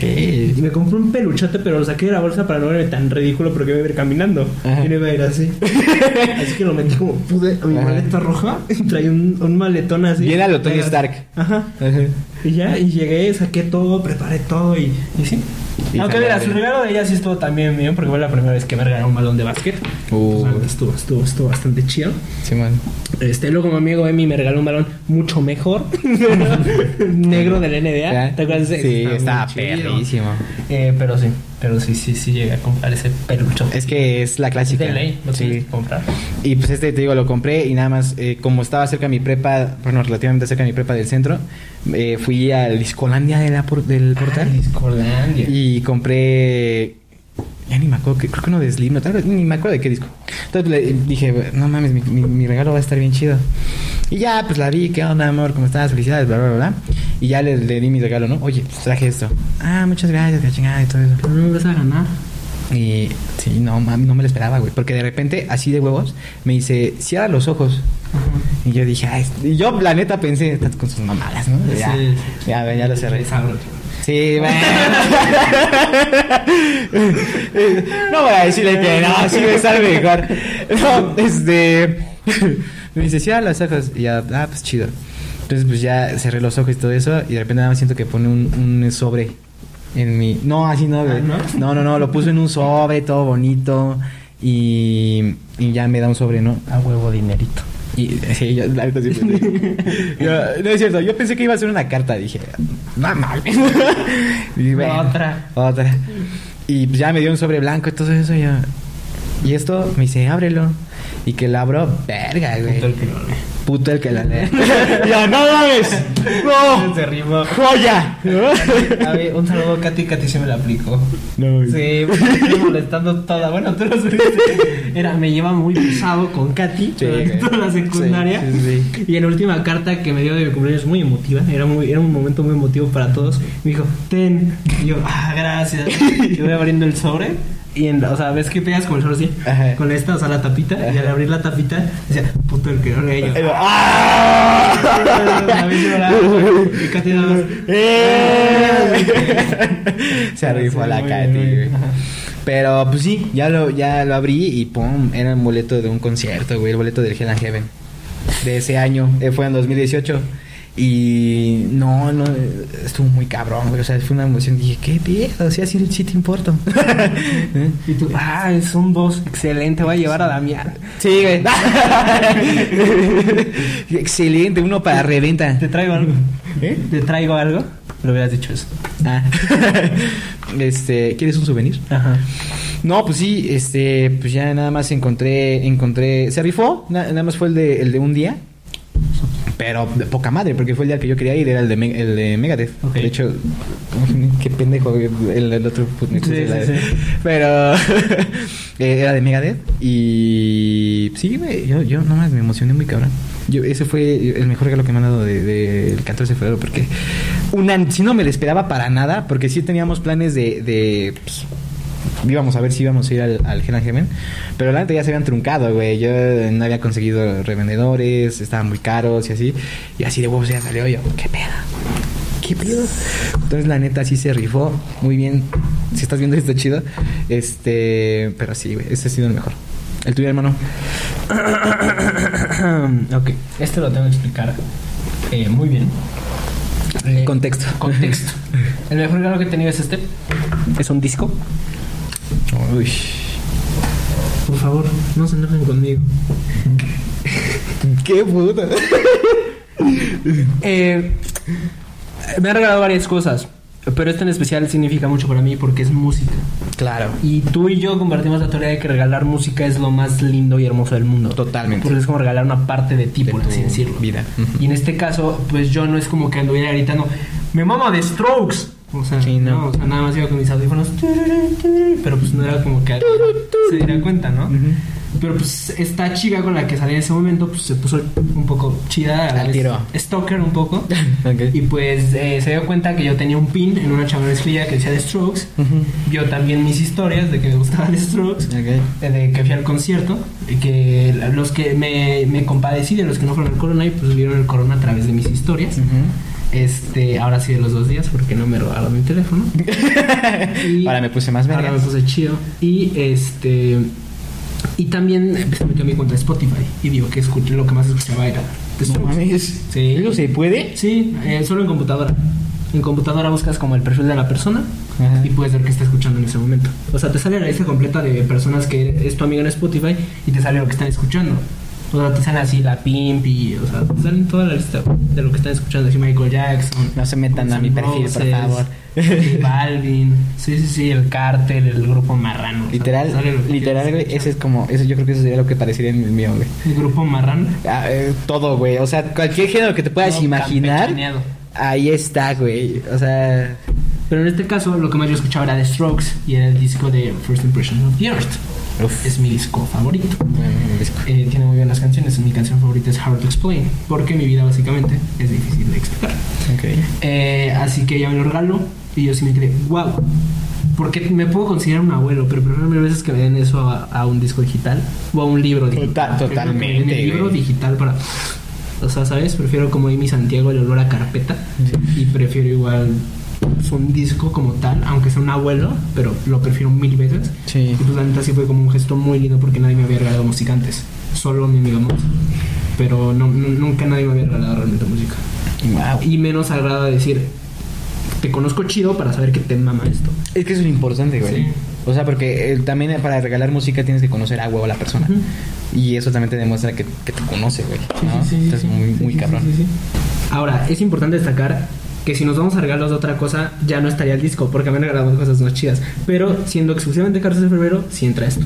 Y
Ok.
me compré un peluchote, pero lo saqué de la bolsa para no verme tan ridículo porque iba a ir caminando.
Ajá.
Y no iba a ir así. así que lo metí como pude a mi
Ajá.
maleta roja. Y traí un, un maletón así.
Viene al otoño
Ajá.
Stark.
Ajá. Y ya, y llegué, saqué todo, preparé todo y, y sí.
Y
Aunque
salió
mira,
bien.
su regalo de ella sí estuvo también bien, porque fue la primera vez que me regalaron un balón de básquet.
Uh.
Pues, la neta, estuvo, estuvo, estuvo bastante chido.
Simón.
Este, luego mi amigo Emi me regaló un balón mucho mejor, negro del NBA. ¿Te acuerdas? de-
Ah, Sí, estaba
muy chido.
perrísimo.
Eh, pero sí, pero sí, sí, sí llegué a comprar ese pelucho.
Es que es la
Es
clásica.
de ley, lo tienes
sí.
que comprar.
Y pues este, te digo, lo compré y nada más, eh, como estaba cerca de mi prepa, bueno, relativamente cerca de mi prepa del centro, eh, fui al Discolandia de la por- del portal.
Ay, Discordandia.
Y compré. Ya ni me acuerdo, que- creo que uno de Slim, no, tal vez ni me acuerdo de qué disco. Entonces le dije, no mames, mi, mi- mi regalo va a estar bien chido. Y ya, pues la vi, qué onda, amor, cómo estás, felicidades, bla, bla, bla. bla. Y ya le, le di mi regalo, ¿no? Oye, pues traje esto. Ah, muchas gracias, la chingada y todo eso.
Pero no me vas a ganar.
Y sí, no, mami, no me lo esperaba, güey. Porque de repente, así de huevos, me dice, cierra los ojos. Y yo dije, ay, y yo, la neta, pensé, estás con sus mamadas, ¿no?
Sí,
Ya,
sí.
ya, ya lo cerré.
Sabroso.
Sí, bueno. no voy a decirle que no, sí me estar mejor. No, este. Me dice, cierra los ojos. Y ya, ah, pues chido. Entonces, pues ya cerré los ojos y todo eso. Y de repente nada más siento que pone un, un sobre en mi. No, así no, güey.
Ah, ¿no?
No, no, no, lo puso en un sobre, todo bonito. Y, y ya me da un sobre, ¿no?
A huevo dinerito.
Y sí, yo, la neta sí pensé. Yo- no es cierto, yo pensé que iba a ser una carta, dije, no mames. Y bueno,
Otra.
Otra. Y pues ya me dio un sobre blanco y todo eso. Y, yo, y esto me dice, ábrelo. Y que lo abro, verga, güey.
Puto el que lo lee.
Puto el que la lee. ya, no mames. No.
Se rimó.
Joya.
A ver, un saludo a Katy, Katy se me la aplicó.
No, güey.
Sí, me estoy molestando toda. Bueno, tú lo supiste. Era, me lleva muy pesado con Katy
Sí,
durante
güey.
toda la secundaria.
Sí, sí, sí.
Y en la última carta que me dio de mi cumpleaños, muy emotiva, era, muy, era un momento muy emotivo para todos. Me dijo, ten. Y yo, ah, gracias. Y voy abriendo el sobre. Y, en, o sea, ves que pegas con el sobre así,
Ajá.
con esta, o sea, la tapita. Y al abrir la tapita, decía, puto el que no leí.
Y
Yo,
yo,
La
¡Ah!
vi llorar. Y Katy nada más,
¡Eh! Se rifó la
Eh. Muy
Katy,
bien,
güey.
ajá.
Pero pues sí, ya lo, ya lo abrí y pum, era el boleto de un concierto, güey, el boleto del Hell and Heaven. De ese año, eh, fue en 2018. Y no, no, eh, estuvo muy cabrón, güey. O sea, fue una emoción. Dije, qué pedo, o sea, sí, sí te importo. ¿Eh?
Y tú, ah, es un dos, excelente, voy a llevar a Damián.
sí, güey. Excelente, uno para reventa.
Te traigo algo. Te traigo algo. Lo hubieras dicho eso.
Ah. este, ¿quieres un souvenir?
Ajá.
No, pues sí, este, pues ya nada más encontré, encontré, se rifó, na- nada más fue el de, el de un día, pero de poca madre, porque fue el día que yo quería ir, era el de, Me- el de Megadeth.
Ok.
De hecho, qué pendejo, el, el otro pues, put- me
Sí,
puse la-
sí, sí.
pero eh, era de Megadeth y sí, güey, yo, yo nomás me emocioné muy cabrón. Yo, ese fue el mejor regalo que me han dado del de, del 14 de febrero porque una, si no me lo esperaba para nada, porque sí teníamos planes de, de pues, íbamos a ver si íbamos a ir al, al Hell and Heaven, pero la neta ya se habían truncado, güey. Yo no había conseguido revendedores, estaban muy caros y así. Y así de huevos ya salió yo, qué pedo. ¿Qué pedo? Entonces, la neta, sí se rifó. Muy bien. Si estás viendo esto, chido. Este. Pero sí, güey. Este ha sido el mejor. El tuyo, hermano.
ok, este lo tengo que explicar eh, muy bien. Eh,
Contexto.
Contexto. El mejor regalo que he tenido es este. Es un disco.
Uy.
Por favor, no se enojen conmigo.
Qué puta.
Eh, me ha regalado varias cosas, pero este en especial significa mucho para mí porque es música.
Claro.
Y tú y yo compartimos la teoría de que regalar música es lo más lindo y hermoso del mundo.
Totalmente.
Porque es como regalar una parte de ti,
De
por
tu
así decirlo.
vida. Ujú.
Y en este caso, pues yo no es como que anduviera gritando, me mama de Strokes. O sea,
Sí, no.
no. o sea, nada más iba con mis audífonos. "Tururú, tururú", Pero pues no era como que alguien se diera cuenta, ¿no? Pero pues esta chica con la que salí en ese momento, pues se puso un poco chida. a la
Al
vez
tiro.
Stalker un poco.
Ok.
Y pues eh, se dio cuenta que yo tenía un pin en una chamarra escrita que decía The Strokes.
Ujú.
Yo también mis historias de que me gustaban The Strokes.
Ok.
eh, De que fui al concierto, y que la- los que me, me compadecí de los que no fueron al corona y pues vieron el corona a través de mis historias.
Ujú.
Este, ahora sí de los dos días porque no me robaron mi teléfono. Y
Ahora me puse más
Ahora me
verga.
puse chido. Y este. Y también eh, se metió a mi cuenta de Spotify y digo que escuché lo que más escuchaba era The
No
Strokes.
mames.
Sí.
¿Eso se puede?
Sí, eh, solo en computadora. En computadora buscas como el perfil de la persona
Ajá.
y puedes ver qué está escuchando en ese momento. O sea, te sale la lista completa de personas que es tu amigo en Spotify y te sale lo que están escuchando. O sea, te sale así la pimp y, o sea, te salen toda la lista de lo que están escuchando. Así Michael Jackson.
No se metan a mi perfil, por favor.
J Balvin. Sí, sí, sí, el cártel, el grupo marrano. O sea, te sale lo
Literal,
que
literal,
quieres
güey. Ese es como. Eso, yo creo que eso sería lo que parecería en el mío, güey.
escuchar. El grupo marrano.
Ah, eh, todo, güey. O sea, cualquier género que te puedas
Todo
imaginar.
campechaneado.
Ahí está, güey. O sea,
Pero en este caso, lo que más yo escuchaba era The Strokes y era el disco de First Impression of the Earth.
Uf.
Es mi disco favorito. Eh, tiene muy buenas canciones. Mi canción favorita es Hard to Explain, porque mi vida básicamente es difícil de explicar. Eh, así que ella me lo regaló y yo sí me quedé, wow. Porque me puedo considerar un abuelo, pero prefiero mil veces que me den eso a, a un disco digital o a un libro digital.
Total-
Prefiero que me den
totalmente,
El libro
güey.
digital para. O sea, ¿sabes? Prefiero como mi Santiago el olor a carpeta y prefiero igual pues, un disco como tal, aunque sea un abuelo, pero lo prefiero mil veces.
Sí.
Y pues la neta sí fue como un gesto muy lindo porque nadie me había regalado música antes. Solo mi amiga Mons. Pero no, nu- nunca nadie me había regalado realmente música.
Wow.
Y menos agrada decir, te conozco chido para saber que te mama esto.
Es que eso es lo importante, güey.
Sí.
O O sea, porque eh, también para regalar música tienes que conocer a huevo a la persona.
Ujú.
Y eso también te demuestra que, que te conoce, güey.
Sí,
¿no?
sí, sí, sí,
Estás
sí.
muy,
Sí,
muy
sí,
cabrón.
sí, sí. Ahora, es importante destacar que si nos vamos a regalos de otra cosa, ya no estaría el disco, porque me han regalado cosas más chidas. Pero siendo exclusivamente 14 de febrero, sí entra esto.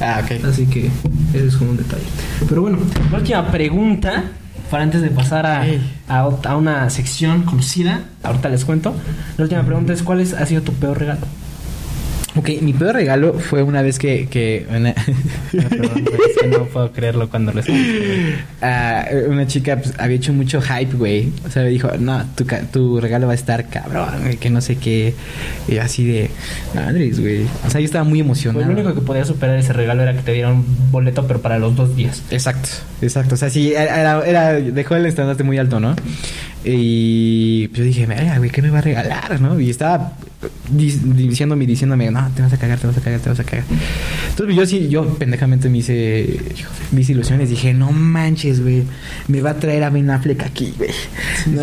Ah, ok.
Así que eso es como un detalle. Pero bueno, la última pregunta, para antes de pasar a,
Ey.
a ot- a una sección conocida, ahorita les cuento. La última pregunta es: ¿cuál es- ha sido tu peor regalo?
Ok, mi peor regalo fue una vez que... que una...
Ah,
Perdón, pero es que no puedo creerlo cuando lo escuché.
Ah, una chica pues, había hecho mucho hype, güey. O sea, me dijo, no, tu, ca- tu regalo va a estar cabrón, güey, que no sé qué. Y yo así de, madres, güey. O sea, yo estaba muy
Pues
emocionado.
lo único que podía superar ese regalo era que te dieran un boleto, pero para los dos días.
Exacto, exacto. O sea, sí, era, era- dejó el estandarte muy alto, ¿no? Y pues yo dije, mira, güey, ¿qué me va a regalar, no? Y estaba di- diciéndome, y diciéndome, no, te vas a cagar, te vas a cagar, te vas a cagar. Entonces pues yo sí, yo pendejamente me hice mis ilusiones. Dije, no manches, güey, me va a traer a Ben Affleck aquí, güey. ¿No?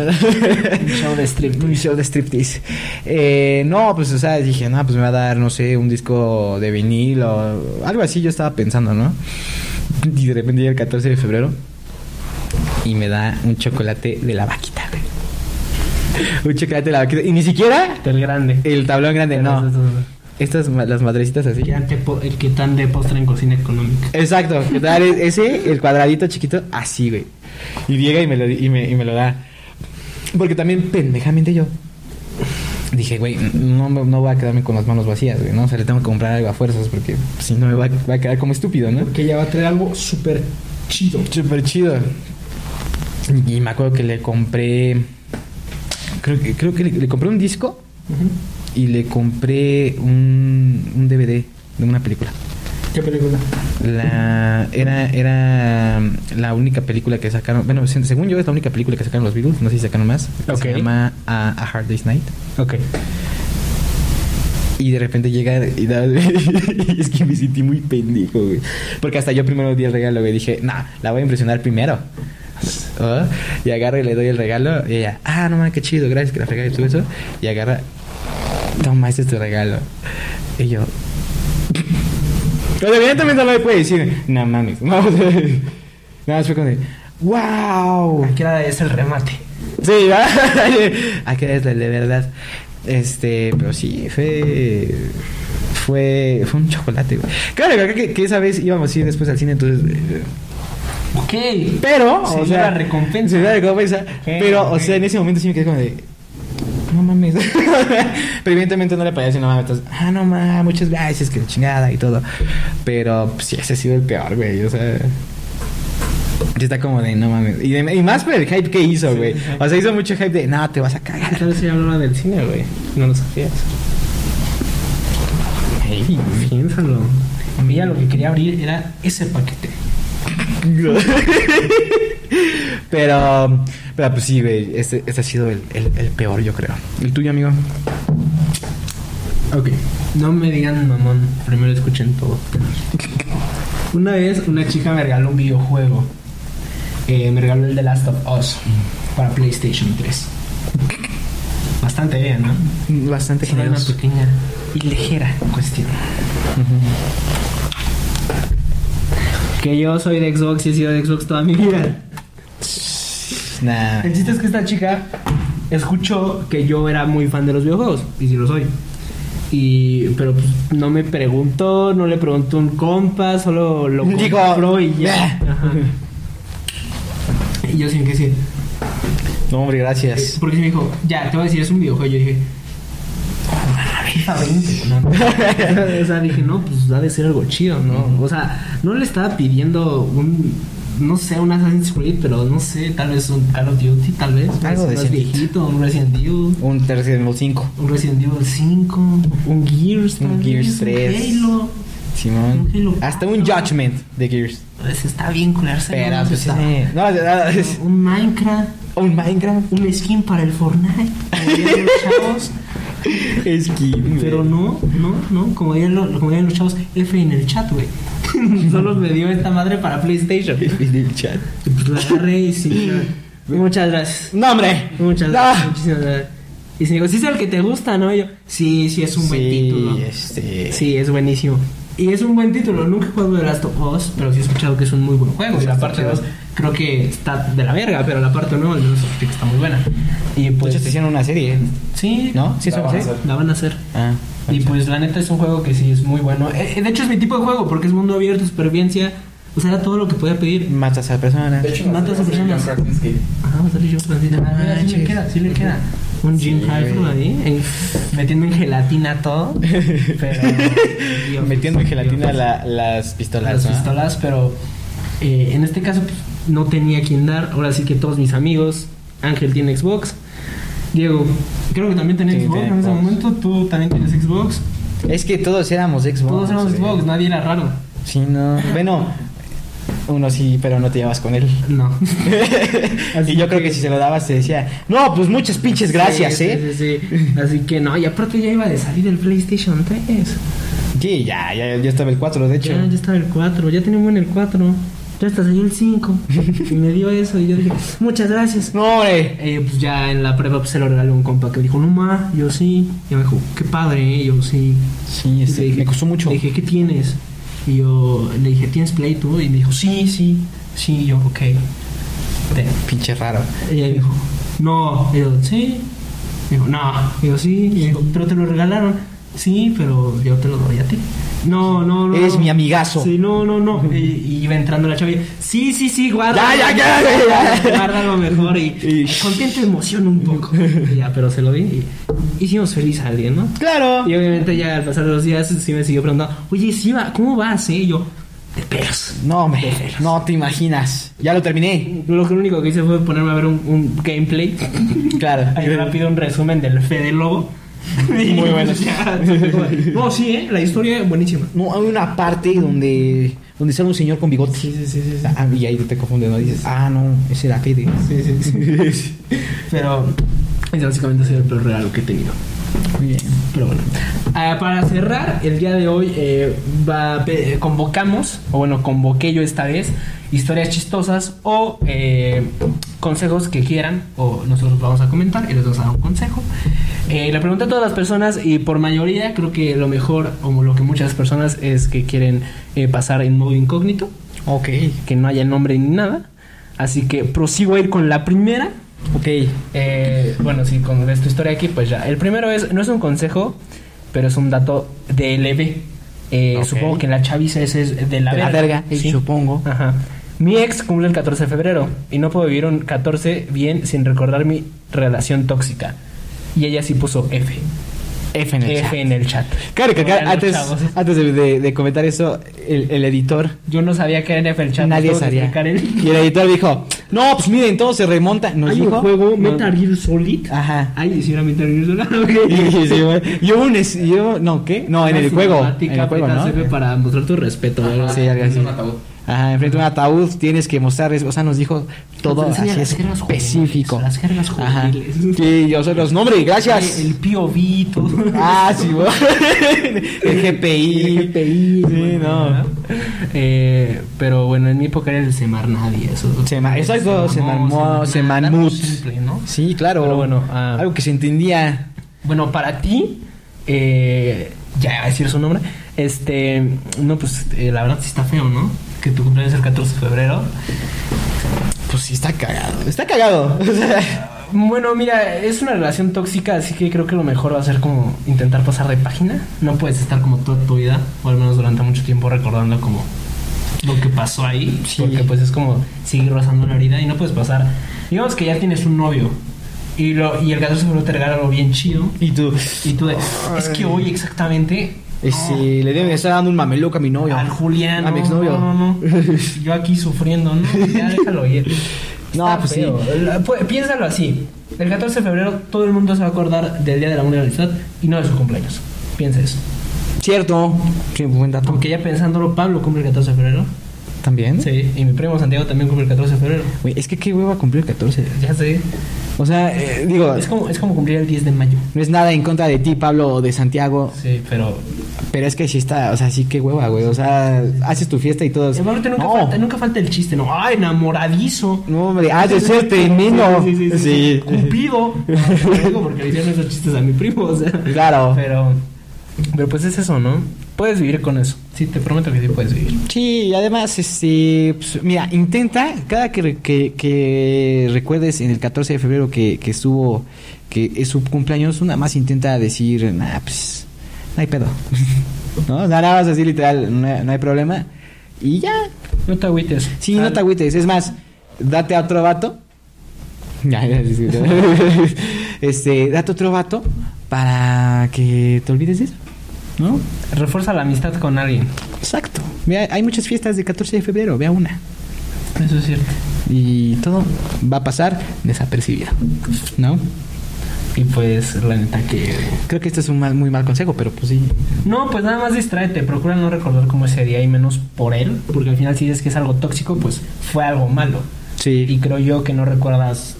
Un show de striptease.
Un show de striptease. Eh, no, pues, o sea, dije, no, pues me va a dar, no sé, un disco de vinil o algo así. Yo estaba pensando, ¿no? Y de repente llega el 14 de febrero y me da un chocolate de la vaquita, güey. Un chocolate de la vaquita. Y ni siquiera
Del grande.
el tablón grande, no. Estas, ma- las madrecitas así.
Eh, El, ante- el que tan de postre en cocina económica.
Exacto, que tal es- ese, el cuadradito chiquito, así, güey. Y llega y me lo, di- y me, y me lo da. Porque también pendejamente yo dije, güey, no, me- no voy a quedarme con las manos vacías, güey, ¿no? O sea, le tengo que comprar algo a fuerzas porque pues, si no me va, a- va a quedar como estúpido, ¿no?
Porque ella va a traer algo súper chido.
Súper chido. Y me acuerdo que le compré. Creo que, creo que le, le compré un disco y le compré un, un DVD de una película.
¿Qué película?
La, era, era mm, la única película que sacaron. Bueno, se- según yo, es la única película que sacaron los Beatles. No sé si sacaron más. que
Ok.
Se llama a, A Hard Day's Night.
Ok.
Y de repente llega y da- y es que me sentí muy pendejo, güey. Porque hasta yo primero di el regalo, güey. Dije, nah, la voy a impresionar primero. ¿Oh? Y agarro y le doy el regalo. Y ella, ah, no mames, qué chido, gracias que la regalé y todo eso. Y agarra, toma, este es tu regalo. Y yo. Pero evidentemente no le puede decir, no mames. No, o sea, nada más fue como de, wow.
Aquí era- es el remate.
Sí, ¿verdad? Aquí es el de verdad. Este, pero sí, fue. Fue, fue un chocolate, güey. Claro, creo que, que esa vez íbamos a ir después al cine, entonces. eh,
Ok.
Pero,
Se
o
dio
sea.
la recompensa.
se dio la recompensa. Pero, o
ok.
sea, en ese momento sí me quedé como de. No mames. pero evidentemente no le pagué así, no mames. Entonces, ah, no mames, muchas gracias, que la chingada y todo. Pero, pues sí, ese ha sido el peor, güey. O sea. Ya está como de, no mames. Y, de- y más por el hype que hizo, güey.
sí, sí.
O sea, hizo mucho hype de, no, te vas a cagar.
Tal vez se hablaba del cine, güey. No lo sabías.
Ey,
Piénsalo. Ella lo que quería abrir era ese paquete.
güey. pero, pero pues sí, güey. Este, este ha sido el, el- el peor, yo creo. ¿El tuyo, amigo?
Ok. No me digan mamón. Primero escuchen todo. Una vez una chica me regaló un videojuego. Eh, me regaló el The Last of Us para PlayStation 3. Bastante bien, ¿no?
Bastante
Solo era una
generoso.
pequeña y ligera cuestión. Que yo soy de Xbox y he sido de Xbox toda mi vida.
Nah.
El chiste es que esta chica escuchó que yo era muy fan de los videojuegos, y sí lo soy. Y, pero pues, no me preguntó, no le preguntó un compa, solo lo
Dijo,
compró y ya.
"Bah".
Ajá. Y yo sin que sí.
No, hombre,
Eh,
gracias.
Porque sí me dijo, ya, te voy a decir, es un videojuego. Yo dije, "Ah, 20". No, no. o sea, dije, no, pues ha de ser algo chido, ¿no? O sea, no le estaba pidiendo un, no sé, un Assassin's Creed, pero no sé, tal vez un Call of Duty, tal vez.
Algo
más
decentito.
viejito, un Resident Evil.
Un tercer nivel 5.
Un Resident Evil 5, un Gears, tal
Un
vez,
Gears 3.
Un Halo.
Simón.
Un Halo
Hasta un
cuatro.
Judgment de Gears.
Pues está bien cularse.
Pero,
¿no?
pues,
Está-
eh, no, de nada, es
Un Minecraft,
un Minecraft.
un skin para el Fortnite. como dirían los chavos.
Es que...
Pero no, no, no, como dirían, lo- como dirían los chavos, F en el chat, güey. Solo me dio esta madre para PlayStation. Y
En el chat.
pues la agarré y sí. ya. Muchas gracias.
¡No, hombre!
Muchas
No.
gracias. Muchísimas gracias. Y se digo, sí es el que te gusta, ¿no? Y yo, sí, sí es un buen título.
Este...
Sí, es buenísimo. Y es un buen título. Nunca he jugado The Last of Us, pero sí he escuchado que es un muy buen juego. Y la parte 2 creo que está de la verga, pero la parte 1 al menos escuché que está muy buena. Y
Pues
pues.
te hicieron una serie.
Sí,
¿No? ¿Sí es
La
una
van a
serie?
la van a hacer.
Ah.
Y pues la neta es un juego que sí es muy bueno. Eh, De hecho es mi tipo de juego porque es mundo abierto, supervivencia. O sea, era todo lo que podía pedir.
Matas a personas.
De hecho,
Matas
nosotros
a personas.
John Krasinski.
Ajá, va a salir yo Francis. Ah, mira, sí le
manches.
queda, sí le queda. Un Jim
Sí,
Halford
güey.
ahí, en- metiendo en gelatina todo. Pero. Dios,
Metiendo en
Dios.
gelatina la- las pistolas.
las
¿no?
pistolas, pero eh, en este caso pues, no tenía quien dar. Ahora sí que todos mis amigos, Ángel tiene Xbox, Diego, creo que también tenía
Sí,
Xbox
tiene
en ese
Xbox.
momento, tú también tienes Xbox,
Es que todos éramos Xbox. eh.
todos éramos Xbox, nadie era raro.
Sí, no. Bueno, uno sí, pero no te llevas con él.
No.
y yo creo que si se lo dabas te decía, no, pues muchas pinches gracias,
Sí,
¿eh?
sí, sí, sí. Así que no, y aparte ya iba de salir el PlayStation 3.
Sí, ya, ya, ya estaba el 4, de hecho.
Ya, ya estaba el 4, ya tenía en el 4. Ya hasta salió el 5. y me dio eso y yo dije, muchas gracias.
No, hombre.
Eh, pues ya en la prepa pues, se lo regaló un compa que dijo, no ma, yo sí. Y me dijo, qué padre, ¿eh? yo sí.
Sí,
Y
este,
le
me costó mucho.
Le dije, ¿qué tienes? Y yo le dije, ¿tienes Play tú? Y me dijo, sí, sí, sí. Y yo, ok. Ten.
Pinche raro.
Y ella dijo, no. Y yo, sí. Y dijo, no. Y yo, sí. Y me dijo, pero te lo regalaron. Sí, pero yo te lo doy a ti. No, no, no.
Eres
no.
mi amigazo.
Sí, no, no, no. Y, y iba entrando la chava y sí, sí, sí, guarda.
Ya, ya, ya, ya, ya.
Guarda lo mejor y,
Y-
contento emoción un poco. Y ya, pero se lo di y hicimos feliz a alguien, ¿no?
Claro.
Y obviamente ya al pasar los días sí me siguió preguntando, oye, sí, va, ¿cómo vas? eh?" Y yo, de pelos.
No, me, no te imaginas. Ya lo terminé.
Lo que- lo único que hice fue ponerme a ver un, un gameplay.
Claro.
Ahí rápido un resumen del Fede Lobo.
Muy bueno.
Ya, no, sí, ¿eh? La historia buenísima.
No, hay una parte donde donde sale un señor con bigote. Sí, sí, sí, Ah, y ahí te confundes, ¿no? Dices, ah, no, ese era Fede.
Sí, sí, sí. Pero es básicamente ha sido el peor regalo que he tenido.
Muy bien.
Pero bueno. Ah, para cerrar, el día de hoy eh, va- pe- convocamos, o bueno, convoqué yo esta vez, historias chistosas o eh, consejos que quieran, o nosotros vamos a comentar y les vamos a dar un consejo. Eh, le pregunté a todas las personas y por mayoría creo que lo mejor, o lo que muchas personas es que quieren eh, pasar en modo incógnito
Ok,
que no haya nombre ni nada. Así que prosigo a ir con la primera.
ok.
Eh, bueno, si con, ves tu historia aquí, pues ya. El primero es, no es un consejo, pero es un dato de LB. Eh,
Ok.
Supongo que la chaviza ese es de la
De la verga,
sí. Ah.
supongo.
Ajá. Mi ex cumple el 14 de febrero y no puedo vivir un 14 bien sin recordar mi relación tóxica. Y ella sí puso F.
F en el
F
chat.
en el chat.
Claro que acá,
Oigan, los
antes,
chavos.
antes de, de- de comentar eso, el, el editor,
Yo no sabía que era en F el chat.
nadie
tengo que
sabía.
explicar el-
Y el editor dijo, no, pues miren, todo se remonta. Nos
Hay un
dijo,
juego,
no-
Metal Gear Solid.
Ajá.
Ay, si era Metal Gear Solid.
Y, y- sí, güey. y hubo un... es- y hubo- no, ¿qué? No, en
Una
el juego. En
cinemática,
el juego,
apretas
¿no?
F para mostrar tu respeto. ¿verdad?
Sí, algo
Es
así.
un ataúd.
Ajá, enfrente de un ataúd tienes que mostrar, eso. o sea, nos dijo todo
Nos enseña
así
las jergas
específico.
juveniles, las jergas
Ajá.
juveniles.
Sí, yo soy los nombres, gracias.
El POV, todo.
Ah, sí, güey. El GPI.
El GPI,
Sí,
bueno,
no.
¿verdad? Eh, pero bueno, en mi época era el Semar nadie. Eso,
Sema- exacto, Semarmó, Semanmut.
Semanmut. ¿no?
Sí, claro.
Pero bueno, ah.
algo que se entendía.
Bueno, para ti, eh, ya iba a decir su nombre. Este, no, pues eh, la verdad sí está feo, ¿no? Que tu cumpleaños es el 14 de febrero.
Pues sí, está cagado. Está cagado. O sea,
Bueno, mira, es una relación tóxica, así que creo que lo mejor va a ser como intentar pasar de página. No puedes estar como toda tu vida, o al menos durante mucho tiempo, recordando como lo que pasó ahí.
Sí.
Porque pues es como seguir rozando la herida y no puedes pasar. Digamos que ya tienes un novio y, lo, y el 14 de febrero te regala algo bien chido.
y tú.
Y tú de, es que hoy exactamente
Y si le deben de estar dando un mameluco a mi novio.
al Julián.
A mi exnovio.
No, no, no. Yo aquí sufriendo, ¿no? Ya déjalo ir.
No,
Está
pues sí.
feo. El- pu- Piénsalo así. El 14 de febrero todo el mundo se va a acordar del Día de la Universidad y no de su cumpleaños. Piensa eso.
Cierto. Sí, buen dato.
Aunque ya pensándolo, Pablo cumple el 14 de febrero.
¿También?
Sí. Y mi primo Santiago también cumple el 14 de febrero.
Güey, es que qué hueva cumplir 14.
Ya sé.
O sea, eh, digo,
Es como, es como cumplir el 10 de mayo.
no es nada en contra de ti, Pablo, o de Santiago.
Sí, pero
Pero es que sí está, o sea, sí que hueva, güey. O sea, haces tu fiesta y todo.
Y aparte nunca, falta, nunca falta el chiste, ¿no? ¡Ah, enamoradizo!
No, hombre, ah, de ser tremendo.
Sí, sí, sí, sí, sí. Cupido. No, lo digo porque le hicieron esos chistes a mi primo, o sea.
Claro.
Pero, pero pues es eso, ¿no? Puedes vivir con eso. Sí, te prometo que sí puedes vivir.
Sí, y además, este, pues, mira, intenta, cada que, re- que, que recuerdes en el 14 de febrero que, que estuvo, que es su cumpleaños, una más intenta decir, nah, pues, no hay pedo. ¿No? Nada más así literal, no, no hay problema. Y ya.
No te agüites.
Sí, no
Al-
te agüites. Es más, date a otro vato. Ya, ya, sí, sí, ya. este, date otro vato para que te olvides de eso. ¿No?
Refuerza la amistad con alguien.
Exacto. Mira, hay muchas fiestas de 14 de febrero, vea una.
Eso es cierto.
Y todo va a pasar desapercibido. ¿No?
Y pues, la neta que...
Creo que este es un mal- muy mal consejo, pero pues sí.
No, pues nada más distráete. Procura no recordar cómo ese día y menos por él. Porque al final si dices que es algo tóxico, pues fue algo malo. Y
Sí.
creo yo que no recuerdas...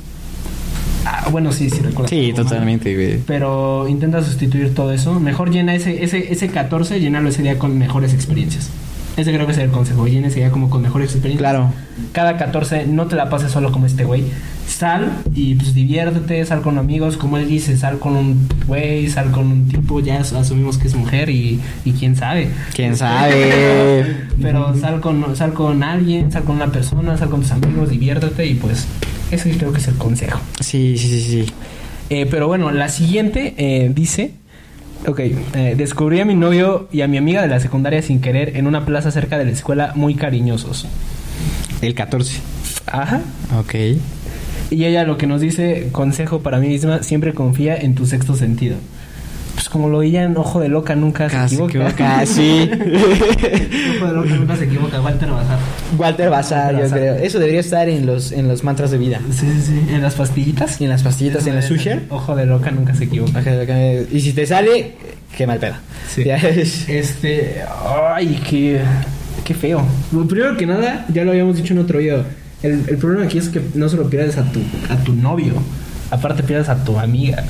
Ah, bueno, sí, sí recuerdas.
Sí,
algo malo.
totalmente, güey.
Pero intenta sustituir todo eso. Mejor llena ese, ese, ese 14, llénalo ese día con mejores experiencias. Ese creo que es el consejo. Llena ese día como con mejores experiencias.
Claro.
Cada 14 no te la pases solo como este güey. Sal y pues diviértete, sal con amigos, como él dice, sal con un güey, sal con un tipo, ya as- asumimos que es mujer y, y quién sabe.
¿Quién sabe?
Pero sal con, sal con alguien, sal con una persona, sal con tus amigos, diviértete y pues ese creo que es el consejo.
Sí, sí, sí, sí.
Eh, pero bueno, la siguiente eh, dice... Ok, eh, descubrí a mi novio y a mi amiga de la secundaria sin querer en una plaza cerca de la escuela muy cariñosos.
El 14.
Ajá.
Ok.
Y ella lo que nos dice, consejo para mí misma, siempre confía en tu sexto sentido. Pues como lo oían, ojo de loca nunca
Casi
se equivoca.
Casi.
ojo de loca nunca se equivoca, Walter Bazar.
Walter Bazar, yo
Bazar.
creo. Eso debería estar en los, en los mantras de vida.
Sí, sí, sí. En las pastillitas.
Y en las pastillitas, en la
Eso es,
sushi.
Ojo de loca nunca se equivoca.
Y si te sale, qué mal peda.
Sí.
Ya es-
Este, ay, qué, qué feo. Bueno, primero que nada, ya lo habíamos dicho en otro video. El, el problema aquí es que no solo pierdes a tu, a tu novio, aparte pierdes a tu amiga.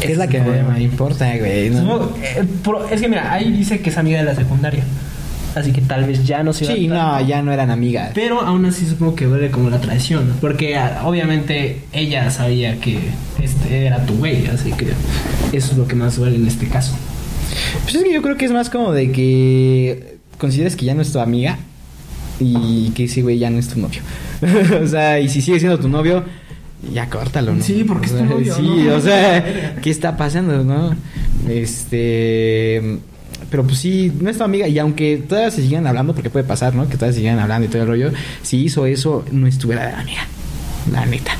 Ese
Es la
el
que
problema.
me importa, güey. ¿no?
Supongo- eh, pro- es que mira, ahí dice que es amiga de la secundaria. Así que tal vez ya no se
Sí,
iban
no,
tanto.
ya no eran amigas.
Pero aún así supongo que duele como la traición. ¿no? Porque ah, obviamente ella sabía que este era tu güey. Así que eso es lo que más duele en este caso.
Pues es que yo creo que es más como de que consideras que ya no es tu amiga y que ese güey ya no es tu novio. o sea, y si sigue siendo tu novio, ya córtalo, ¿no?
Sí, porque es
O
tu
sea,
novio,
Sí,
¿no?
o sea, ¿qué está pasando, no? Este. Pero pues sí, no es tu amiga. Y aunque todavía se sigan hablando, porque puede pasar, ¿no? Que todavía se sigan hablando y todo el rollo. Si hizo eso, no es tu verdadera amiga. La neta.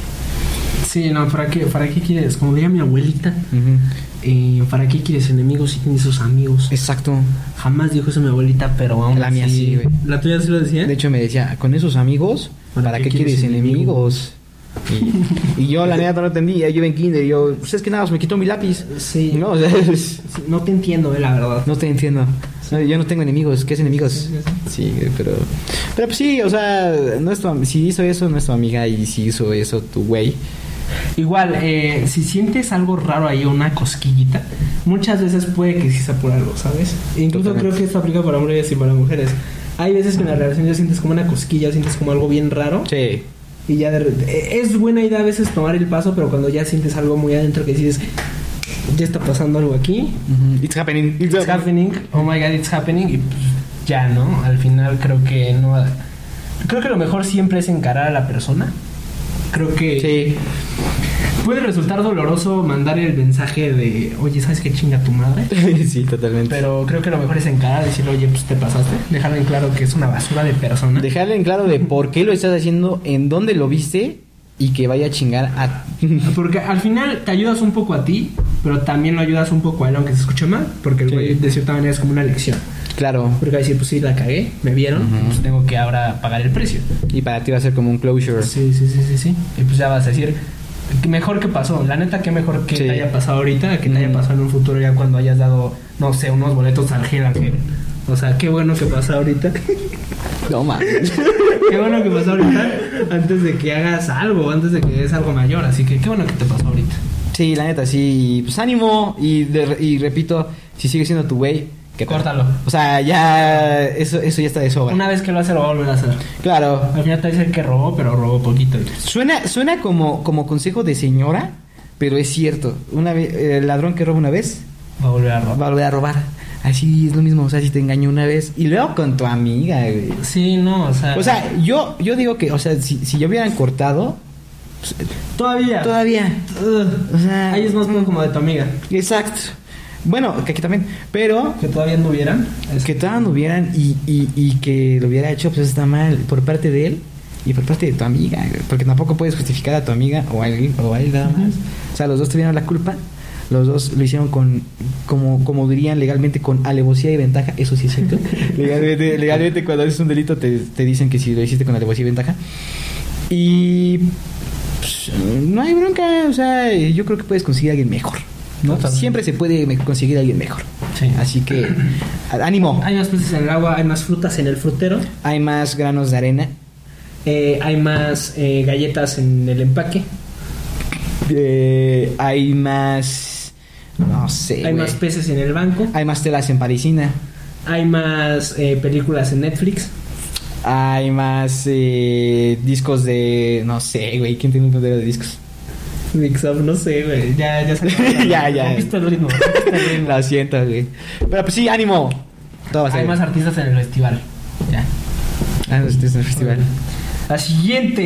Sí, no, ¿para qué, ¿para qué quieres? Como diría mi abuelita,
Ujú.
eh, ¿para qué quieres enemigos si tienes sus amigos?
Exacto.
Jamás dijo eso mi abuelita, pero aún
La mía
así-
sí, güey.
¿La tuya sí lo decía?
De hecho, me decía, con esos amigos, ¿Eh? ¿para, qué, quieres enemigos? Y, y yo, la neta, no entendía. Yo iba en kinder y yo, pues es que nada, más me quitó mi lápiz.
Sí.
No, o sea, es-
No te entiendo, eh, la verdad.
no te entiendo. No, yo no tengo enemigos. ¿Qué es enemigos? Sí, pero... Pero pues sí, o sea, no es tu am- si hizo eso, no es tu amiga. Y si hizo eso, tu güey.
Igual, eh, si sientes algo raro ahí, una cosquillita, muchas veces puede que sí sea por algo, ¿sabes? E incluso
Totalmente.
creo que esto aplica para hombres y para mujeres. Hay veces que en la relación ya sientes como una cosquilla, sientes como algo bien raro.
Sí.
Y ya de re- eh, es buena idea a veces tomar el paso, pero cuando ya sientes algo muy adentro que dices, ya está pasando algo aquí,
Ujú. It's happening. It's
it's
happening.
happening, oh my god, it's happening, y pues, ya, ¿no? Al final creo que no. Creo que lo mejor siempre es encarar a la persona. Creo que.
Sí.
Puede resultar doloroso mandar el mensaje de, oye, ¿sabes qué chinga tu madre?
sí, totalmente.
Pero creo que lo mejor es encarar, decirle, oye, pues te pasaste. Dejarle en claro que es una basura de persona.
Dejarle en claro de por qué lo estás haciendo, en dónde lo viste y que vaya a chingar a...
Porque al final te ayudas un poco a ti, pero también lo ayudas un poco a él, aunque se escuche mal, porque el
Sí.
güey de cierta manera es como una lección.
claro.
Porque va a decir, pues sí, la cagué, me vieron,
Ujú.
pues tengo que ahora pagar el precio.
Y para ti va a ser como un closure.
Sí, sí, sí, sí, sí. Y pues ya vas a decir, "Qué mejor que pasó. La neta, que mejor que
Sí.
te haya pasado ahorita, que te haya
Mm.
pasado en un futuro ya cuando hayas dado, no sé, unos boletos al Gel Ángel. O sea, qué bueno que pasó ahorita.
No mames.
qué bueno que pasó ahorita antes de que hagas algo, antes de que des algo mayor. Así que qué bueno que te pasó ahorita.
Sí, la neta, sí. Pues ánimo. Y, de- y repito, si sigue siendo tu güey, ¿Qué tal?
Córtalo.
O sea, ya eso, eso ya está de sobra.
Una vez que lo hace, lo va a volver a hacer.
Claro.
Al final te dicen que robó, pero robó poquito. y-
Suena, suena como, como consejo de señora, pero es cierto. Una vez, el ladrón que roba una vez,
Va a volver a
va a
robar.
volver a robar. Así es lo mismo, o sea, si te engañó una vez. Y luego con tu amiga, güey.
Sí, no, o sea.
O sea, yo, yo digo que, o sea, si, si ya hubieran cortado, pues,
todavía.
todavía.
Ugh.
O sea,
Ahí es más como de tu amiga.
exacto. Bueno, que aquí también. Pero
Que todavía no hubieran.
que todavía no hubieran y, y, y que lo hubiera hecho, pues está mal por parte de él y por parte de tu amiga, güey, porque tampoco puedes justificar a tu amiga o a él, o a él nada más. O sea, los dos tuvieron la culpa, los dos lo hicieron con, como, como dirían legalmente, con alevosía y ventaja, eso sí es cierto. legalmente, legalmente cuando haces un delito te, te dicen que si lo hiciste con alevosía y ventaja. Y pues, no hay bronca, o sea, yo creo que puedes conseguir a alguien mejor.
No, también.
Siempre se puede me- conseguir a alguien mejor.
Sí.
Así que, ánimo.
Hay más peces en el agua, hay más frutas en el frutero,
Hay más granos de arena.
eh, hay más eh, galletas en el empaque,
eh, hay más. No sé.
hay
güey.
más peces en el banco,
Hay más telas en parisina.
hay más eh, películas en Netflix.
Hay más eh, discos de. No sé, güey. ¿Quién tiene un poder de discos?
Mix Up, no sé, güey. Ya, ya se
Ya, ya.
Conquista el ritmo. conquista el ritmo.
Lo siento, güey. Pero pues sí, ánimo. Todo va a
Hay
ser.
más artistas en el festival. Ya.
Ah, no, este es el festival.
La siguiente.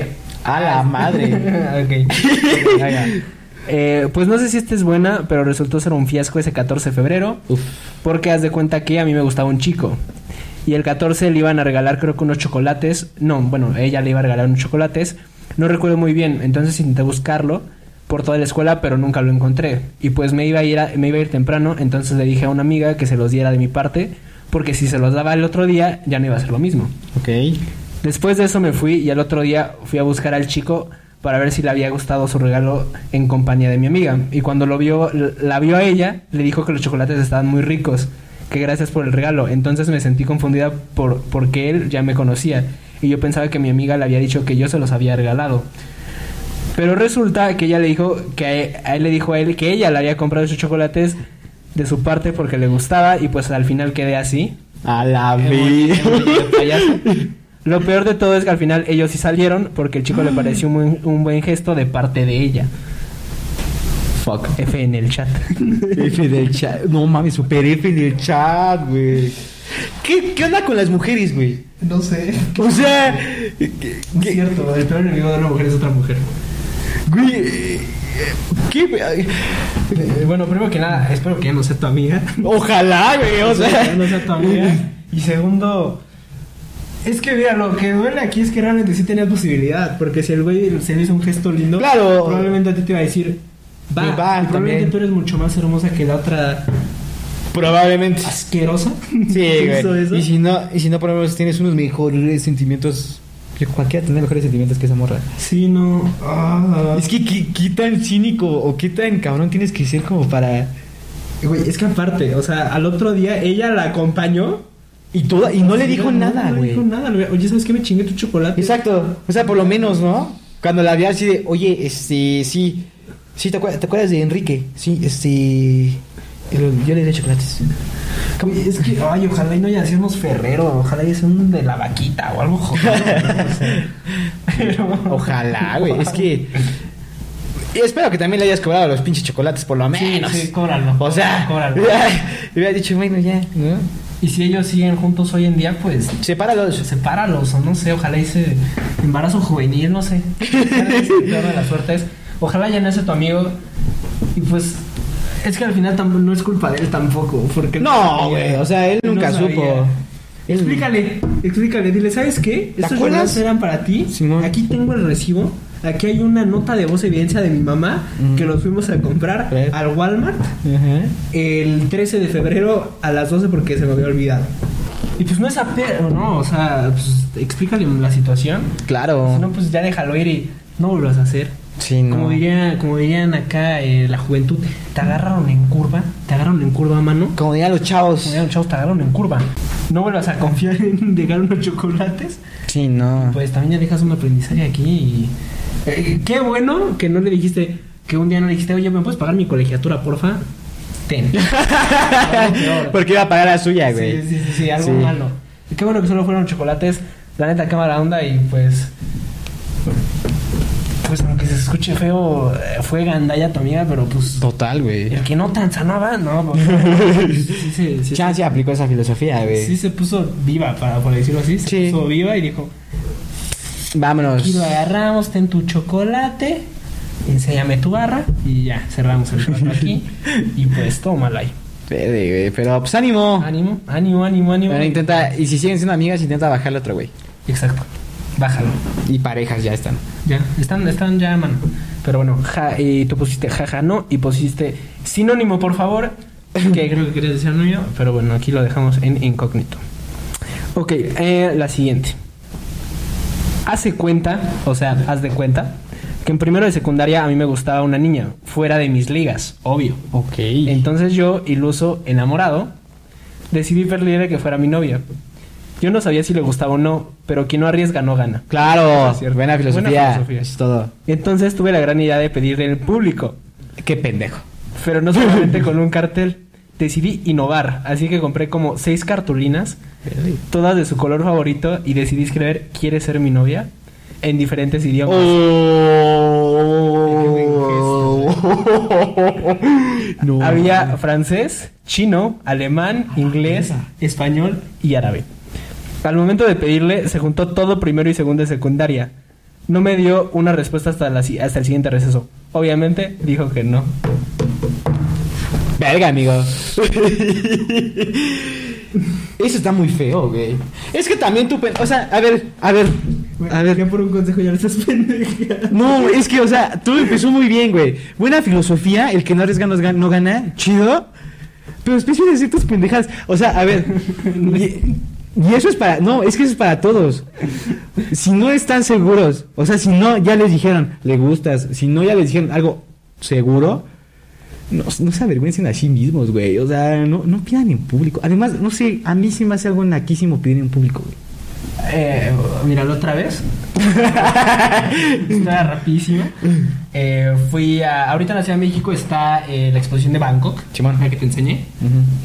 eh,
A la madre.
ok. Ya, ya. Eh, pues no sé si esta es buena, pero resultó ser un fiasco ese 14 de febrero.
Uf.
Porque haz de cuenta que a mí me gustaba un chico. Y el 14 le iban a regalar creo que unos chocolates. No, bueno, ella le iba a regalar unos chocolates. No recuerdo muy bien, entonces intenté buscarlo por toda la escuela, pero nunca lo encontré. Y pues me iba a ir, a- me iba a ir temprano, entonces le dije a una amiga que se los diera de mi parte, porque si se los daba el otro día ya no iba a ser lo mismo.
Ok.
Después de eso me fui y al otro día fui a buscar al chico para ver si le había gustado su regalo en compañía de mi amiga. Y cuando lo vio, l- la vio a ella, le dijo que los chocolates estaban muy ricos, que gracias por el regalo. Entonces me sentí confundida por, porque él ya me conocía y yo pensaba que mi amiga le había dicho que yo se los había regalado. Pero resulta que ella le dijo que a e- a él le dijo a él que ella le había comprado esos chocolates de su parte porque le gustaba y pues al final quedé así.
A la
Emoji,
vida.
emoji de payaso. Lo peor de todo es que al final ellos sí salieron porque el chico le pareció un buen, un buen gesto de parte de ella.
Fuck.
F en el chat.
F del chat. No mames, super F del chat, güey. ¿Qué, ¿Qué onda con las mujeres, güey?
No sé.
O sea, ¿qué- qué-
cierto, el peor enemigo de una mujer es otra mujer.
güey, eh, ¿qué, güey?
Eh, bueno, primero que nada, espero que ya no sea tu amiga.
Ojalá, güey, o
Espero que ya
sea.
no sea tu amiga. Y segundo, es que mira, lo que duele aquí es que realmente sí tenías posibilidad. Porque si el güey se le hizo un gesto lindo,
Claro.
probablemente a ti te iba a decir, va,
Va,
probablemente
también.
tú eres mucho más hermosa que la otra
Probablemente.
asquerosa.
Sí,
¿Hizo eso?
güey. Y si no, y si no, por lo menos tienes unos mejores sentimientos. Yo cualquiera tiene mejores sentimientos que esa morra.
Sí, no. Ah.
Es que qué, qué tan cínico o qué tan cabrón tienes que ser como para.
Güey, es que aparte, o sea, al otro día ella la acompañó.
Y toda, y no le
Sí,
dijo nada,
No le
güey.
dijo nada. le- Oye, ¿sabes qué? Me chingué tu chocolate.
Exacto. O sea, por lo menos, ¿no? Cuando la vi así de, oye, este, sí. Sí, ¿te acuerdas, te acuerdas de Enrique? Sí, este. el- yo le di chocolates.
Güey, Es que, ay, ojalá y no haya sido unos Ferrero. Ojalá y sea un de la vaquita o algo jodido. ¿no? O sea, pero-
Ojalá, güey. Es que. Y espero que también le hayas cobrado los pinches chocolates, por lo
Sí,
menos.
sí, cóbralo.
O sea,
cóbralo.
le hubiera dicho, bueno, ya, ¿no?
Y si ellos siguen juntos hoy en día, pues
Sepáralos.
sepáralos o no sé, ojalá hice embarazo juvenil, no sé. Ojalá y se pierda la suerte es, ojalá ya no sea tu amigo y pues es que al final tam- no es culpa de él tampoco, porque él
No,
sabía.
güey. O sea, él
Él
nunca
no sabía.
supo. Él-
Explícale, explícale, dile, ¿sabes qué? Estos
acuerdas?
chocolates eran para ti.
Simón.
Aquí tengo el recibo. Aquí hay una nota de voz evidencia de mi mamá
Mm.
que los fuimos a comprar
Claro.
al Walmart
Ajá.
el 13 de febrero a las 12 porque se me había olvidado. Y pues no es apero, no, o sea, pues explícale la situación. Si no,
Claro.
pues ya déjalo ir y no vuelvas a hacer.
Sí, no.
Como, diría, como dirían acá eh, la juventud, te agarraron en curva, te agarraron en curva a mano.
Como dirían los
Como
chavos.
dirían los chavos, te agarraron en curva. No vuelvas a confiar en dejar unos chocolates.
Sí, no.
Pues también ya dejas un aprendizaje aquí y... eh, qué bueno que no le dijiste, que un día no le dijiste, oye, ¿me puedes pagar mi colegiatura, porfa? Ten. Algo peor.
Porque iba a pagar la suya,
Sí,
güey.
sí, sí, sí, algo
Sí.
malo. Y Qué bueno que solo fueron chocolates. La neta, cámara onda y pues. Pues aunque se escuche feo, eh, fue gandalla tu amiga, pero pues.
Total, güey.
El que no tan sanaba, no. porque- sí, sí, sí, sí.
Chance aplicó esa filosofía, güey.
Sí se puso viva, para por decirlo así. Se
Sí.
puso viva y dijo:
Vámonos.
Aquí lo agarramos, ten tu chocolate, enséñame tu barra y ya, cerramos el trato aquí. y pues tómala ahí.
Pede, güey. Pero pues ánimo.
Ánimo, ánimo, ánimo, ánimo.
Pero intenta, y si siguen siendo amigas, intenta bajarle otro, güey.
Exacto. Bájalo.
Y parejas ya están.
Ya, están, están ya, mano. Pero bueno, ja, y tú pusiste jaja no y pusiste sinónimo, por favor. Que creo que querías decir no yo, pero bueno, aquí lo dejamos en incógnito. Ok, eh, la siguiente. Hace cuenta, o sea, haz de cuenta, que en primero de secundaria a mí me gustaba una niña, fuera de mis ligas, obvio.
Ok.
Entonces yo, iluso, enamorado, decidí pedirle que fuera mi novia. Yo no sabía si le gustaba o no, pero quien no arriesga no gana.
Claro.
Es cierto.
Buena filosofía.
Buena filosofía.
Eso Es todo.
Entonces tuve la gran idea de pedirle en público,
Qué pendejo.
pero no solamente con un cartel. Decidí innovar, así que compré como seis cartulinas, todas de su color favorito, y decidí escribir ¿Quieres ser mi novia? en diferentes
Oh.
idiomas.
No.
Había francés, chino, alemán, inglés, español y árabe. Al momento de pedirle, se juntó todo primero y segundo de secundaria. No me dio una respuesta hasta, la si- hasta el siguiente receso. Obviamente dijo que no.
Verga, amigo. Eso está muy feo, güey. Es que también tú... pen- O sea, a ver, a ver, a ver.
por un consejo ya le estás pendeja.
No, es que, o sea, todo empezó muy bien, güey. Buena filosofía, el que no arriesga no gana, no gana, chido. Pero después de decir tus pendejas, o sea, a ver. Y, y eso es para. No, es que eso es para todos. Si no están seguros, o sea, si no, ya les dijeron, le gustas, si no, ya les dijeron algo seguro. No, no se avergüencen a sí mismos, güey. O sea, no, no pidan en público. Además, no sé, a mí sí me hace algo naquísimo pedir en público, güey.
Eh, míralo otra vez. está rapidísimo. Eh, fui a. Ahorita en la Ciudad de México está eh, la exposición de Bangkok.
Simón.
La que te enseñé.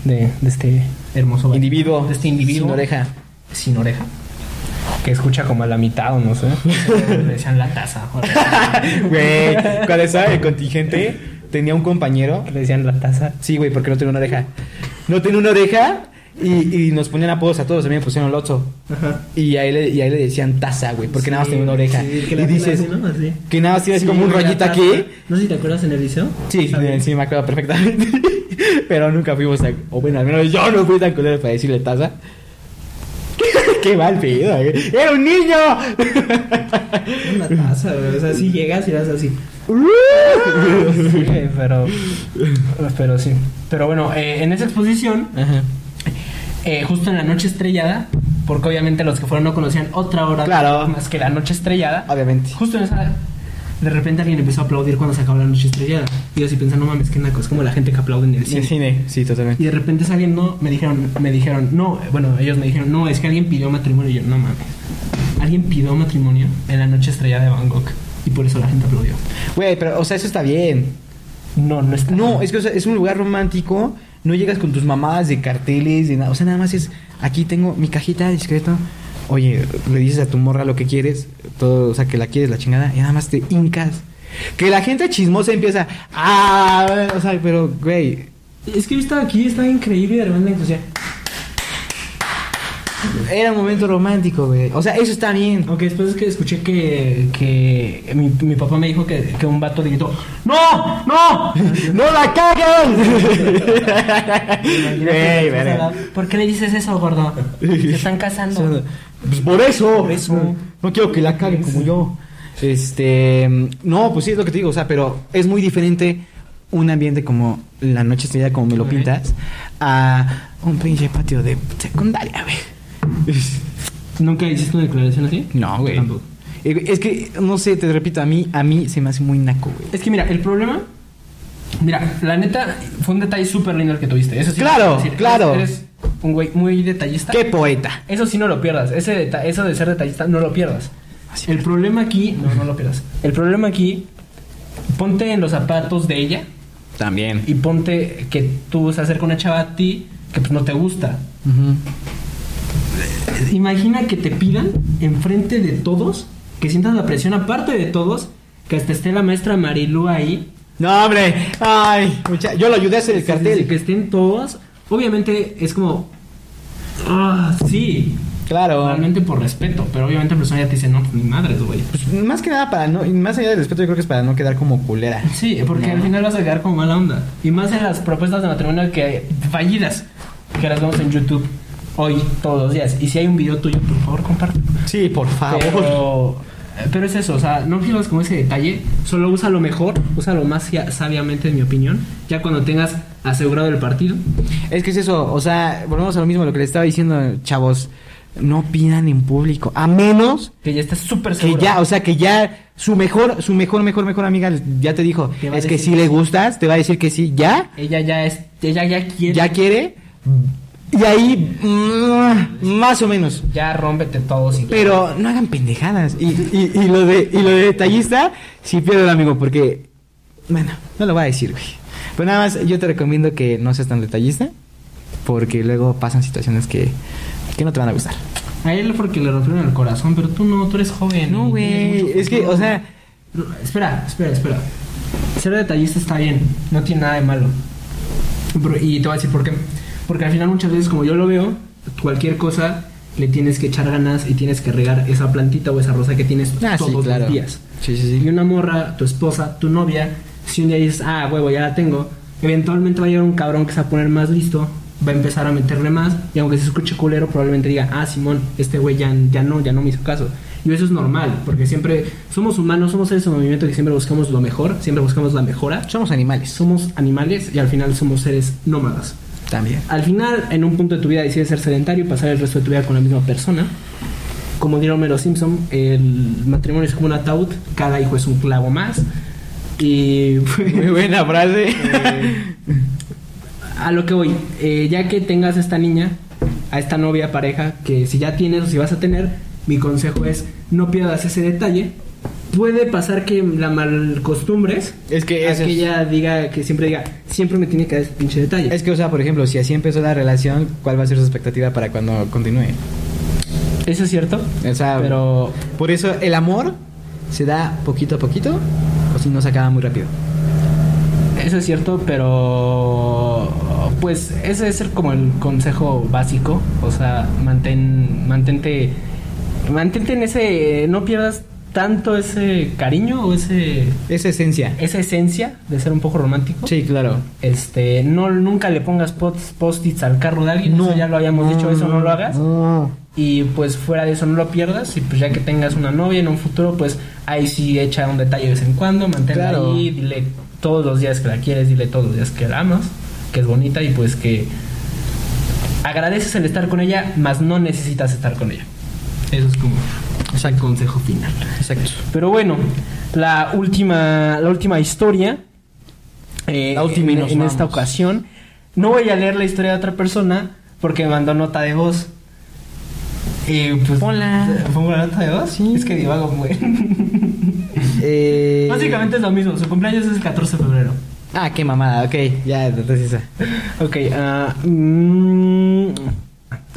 De, de este hermoso baile. De este individuo.
Sin oreja.
Sin oreja. Que escucha como a la mitad o no sé. Le decían la taza. o la-
Güey, cuando estaba en el contingente, tenía un compañero.
Le decían la taza.
Sí, güey, porque no tenía una oreja. No tenía una oreja y, y nos ponían apodos a todos. A mí me pusieron Lotso.
Ajá.
Y ahí le, y ahí le decían taza, güey, porque nada más tenía una oreja. y dices que nada más tienes como un rollito aquí.
No sé si te acuerdas en el liceo.
Sí, sí, sí, me acuerdo perfectamente. Pero nunca fuimos tan. O bueno, al menos yo no fui tan culero para decirle taza. Qué mal pedido, güey. ¡Era un niño!
Una taza, güey. O sea, si llegas y vas así. Sí, pero, pero sí. Pero bueno, eh, en esa exposición,
Ajá.
eh, justo en la noche estrellada, porque obviamente los que fueron no conocían otra hora
Claro.
más que la noche estrellada.
Obviamente.
Justo en esa. De repente alguien empezó a aplaudir cuando se acabó la noche estrellada. Y yo así pensando, no mames, qué naco. Es como la gente que aplaude en el
Sí,
cine.
cine, sí,
Y
totalmente.
de repente alguien no, me dijeron, me dijeron, no, eh, bueno, ellos me dijeron, no, es que alguien pidió matrimonio. Y yo, no mames. Alguien pidió matrimonio en la noche estrellada de Bangkok. Y por eso la gente aplaudió.
Güey, pero, o sea, eso está bien.
No, no está.
No, es que o sea, es un lugar romántico. No llegas con tus mamadas de carteles, de nada. O sea, nada más es. Aquí tengo mi cajita discreto. Oye, le dices a tu morra lo que quieres. Todo, o sea, que la quieres, la chingada. Y nada más te hincas. Que la gente chismosa empieza. Ah, o sea, pero, güey.
Es que yo estaba aquí, estaba increíble y de repente pues ya.
Era un momento romántico, güey. O sea, eso está bien.
Aunque después es que escuché que, que mi, mi papá me dijo que, que un vato gritó, ¡No! ¡No!
¡No la cagan! Güey, verga.
¿Por qué le dices eso, gordo? Se están casando.
Pues por eso.
Por eso.
No, no quiero que la caguen como yo. Este. No, pues sí, es lo que te digo. O sea, pero es muy diferente un ambiente como la noche estrella, como me lo
Ok.
pintas, a un pinche patio de secundaria, güey.
¿Nunca hiciste una declaración así?
No, güey.
Tampoco.
Eh, Es que, no sé, te repito, a mí, a mí se me hace muy naco, güey.
Es que mira, el problema. Mira, la neta, fue un detalle súper lindo el que tuviste. Eso sí
Claro,
lo puedo decir.
claro.
Eres, eres un güey muy detallista.
¡Qué poeta!
Eso sí no lo pierdas. Ese deta- eso de ser detallista no lo pierdas. El problema aquí, no, no lo pierdas. El problema aquí, ponte en los zapatos de ella
También.
Y ponte que tú se acerca una chava a ti que pues no te gusta. Imagina que te pidan enfrente de todos, que sientas la presión aparte de todos, que hasta esté la maestra Marilú ahí.
No, hombre. Ay, mucha- yo lo ayudé a hacer el
Que
cartel.
estén todos. Obviamente es como... Ah, sí.
Claro.
Realmente por respeto, pero obviamente la persona ya te dice, no, pues ni madres, güey.
Pues más que nada para no, y más allá del respeto, yo creo que es para no quedar como culera.
Sí, porque
No.
al final vas a quedar como mala onda. Y más en las propuestas de matrimonio que fallidas, que las vemos en YouTube hoy, todos los días. Y si hay un video tuyo, por favor, compártelo.
Sí, por favor.
Pero, pero es eso, o sea, no fijas como ese detalle, solo usa lo mejor, usa lo más sia- sabiamente, en mi opinión. Ya cuando tengas asegurado el partido,
Es que es eso, o sea, volvemos a lo mismo, lo que les estaba diciendo, chavos. No pidan en público, a menos
que ya estás súper
que
seguro.
ya, o sea, que ya su mejor, su mejor, mejor, mejor amiga ya te dijo,
Te va a
es que
decir
si
que
le
sí.
gustas, te va a decir que sí, ya,
Ella ya es, ella ya quiere.
ya quiere, y ahí, mm, más o menos.
Ya rómpete todo si
Pero no hagan pendejadas. Y, y- y lo de y lo de detallista, sí pierdo el amigo, porque, bueno, no lo voy a decir, güey. Pero nada más, yo te recomiendo que no seas tan detallista, porque luego pasan situaciones que, que no te van a gustar.
A él porque le rompieron el corazón, pero tú no, tú eres joven.
No,
y tienes
güey,
mucho
es que,
futuro.
o sea,
Espera, espera, espera. Ser detallista está bien, no tiene nada de malo. Pero- y te voy a decir por qué. Porque al final muchas veces, como yo lo veo, cualquier cosa le tienes que echar ganas y tienes que regar esa plantita o esa rosa que tienes
ah,
todos
sí, claro.
los días.
Sí, sí,
Y
sí.
una morra, tu esposa, tu novia, si un día dices, ah, huevo, ya la tengo, eventualmente va a llegar un cabrón que se va a poner más listo, va a empezar a meterle más, y aunque se escuche culero, probablemente diga, ah, Simón, este güey ya, ya no, ya no me hizo caso. Y eso es normal, porque siempre somos humanos, somos seres en movimiento que siempre buscamos lo mejor, siempre buscamos la mejora.
Somos animales
Somos animales y al final somos seres nómadas.
también.
Al final, en un punto de tu vida decides ser sedentario y pasar el resto de tu vida con la misma persona. Como diría Homero Simpson, el matrimonio es como un ataúd, cada hijo es un clavo más. Y
Muy buena frase.
Eh, a lo que voy, eh, ya que tengas a esta niña, a esta novia, pareja, que si ya tienes o si vas a tener, mi consejo es no pierdas ese detalle. Puede pasar que la mal costumbres,
es que
es
eso
que
es-
ella diga, que siempre diga, siempre me tiene que dar ese pinche detalle.
Es que, o sea, por ejemplo, si así empezó la relación, ¿cuál va a ser su expectativa para cuando continúe?
Eso es cierto,
O sea,
pero
Por eso el amor se da poquito a poquito o si no se acaba muy rápido.
Eso es cierto, pero pues ese es el- como el consejo básico, o sea, mantén mantente mantente en ese no pierdas tanto ese cariño o ese
Esa esencia.
esa esencia de ser un poco romántico.
Sí, claro.
Este, no nunca le pongas post- post-its al carro de alguien, eso ya lo habíamos dicho, eso no lo hagas.
No.
Y pues fuera de eso no lo pierdas. Y pues ya que tengas una novia en un futuro, pues ahí sí echa un detalle de vez en cuando, manténla
Claro.
ahí, dile todos los días que la quieres, dile todos los días que la amas, que es bonita y pues que agradeces el estar con ella, más no necesitas estar con ella. Eso es como el consejo final.
Exacto.
Pero bueno, la última, la última historia. eh,
La última y
en,
nos
en esta
vamos.
ocasión. No voy a leer la historia de otra persona porque me mandó nota de voz. Eh, pues,
Hola.
¿Pongo la nota de voz?
Sí.
Es que divago muy.
Eh...
Básicamente es lo mismo. Su cumpleaños es el 14 de febrero.
Ah, qué mamada, ok. Ya, entonces esa.
Ok, ah, mm,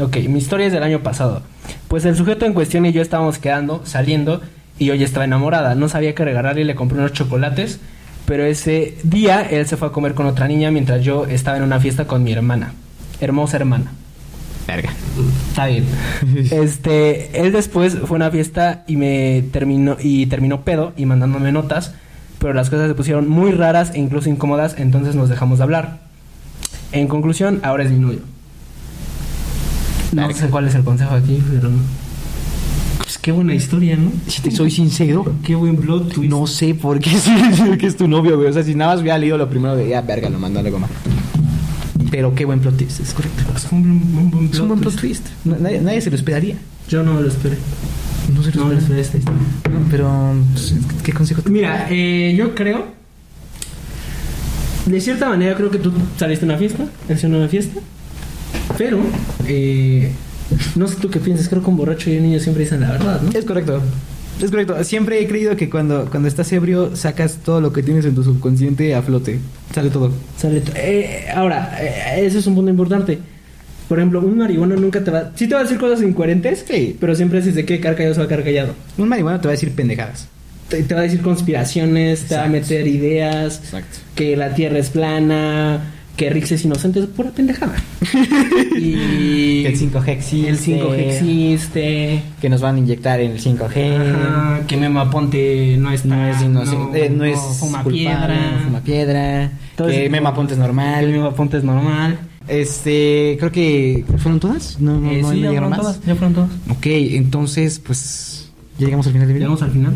ok, mi historia es del año pasado. Pues el sujeto en cuestión y yo estábamos quedando, saliendo, y yo ya estaba enamorada. No sabía qué regalarle y le compré unos chocolates, pero ese día él se fue a comer con otra niña mientras yo estaba en una fiesta con mi hermana. Hermosa hermana.
Verga.
Está bien. Este, él después fue a una fiesta y me terminó y terminó pedo y mandándome notas, pero las cosas se pusieron muy raras e incluso incómodas, entonces nos dejamos de hablar. En conclusión, ahora es mi novio. No
Verga.
sé cuál es el consejo aquí, pero pues qué buena historia, ¿no?
Si te soy sincero,
Qué buen blog twist.
no sé por qué sí decir que es tu novio, güey. O sea, si nada más hubiera leído lo primero de ya, verga, lo mandó a la goma. Pero qué buen plot twist, es correcto.
Es un, buen- un buen
Es un buen
plot
plot
twist.
twist. Na- Nadie, nadie se lo esperaría.
Yo no me lo esperé.
No se
No me lo esperé esta historia.
No, pero, pues, ¿qué consejo te
Mira, eh, yo creo. De cierta manera, creo que tú saliste a una fiesta. Es una fiesta. Pero, eh, no sé tú qué piensas. Creo que un borracho y un niño siempre dicen la verdad, ¿no?
Es correcto.
Es correcto. Siempre he creído que cuando, cuando estás ebrio sacas todo lo que tienes en tu subconsciente a flote. Sale todo.
Sale to- eh, ahora, eh, ese es un punto importante. Por ejemplo, un marihuano nunca te va... Sí te va a decir cosas incoherentes,
Sí.
pero siempre dices de qué carcallado se va carcallado.
Un marihuana te va a decir pendejadas.
Te, te va a decir conspiraciones, te va a
Exacto.
meter ideas,
Exacto.
que la tierra es plana, que Rix es inocente, es pura pendejada. y...
el 5G existe.
el 5G existe.
Que nos van a inyectar en el 5G.
Ajá, que Memo Aponte no está...
No
Ah,
es inocente. eh, No, es
fuma
culpable,
piedra.
no fuma piedra.
Todo ese
que
tipo-
Memo Aponte es normal.
El Memo Aponte es normal.
Este, creo que fueron todas. No, no,
Eh,
no
sí, ya
llegaron
fueron
más.
todas, ya fueron todas.
Ok, entonces, pues. Ya llegamos al final del video.
Llegamos al final.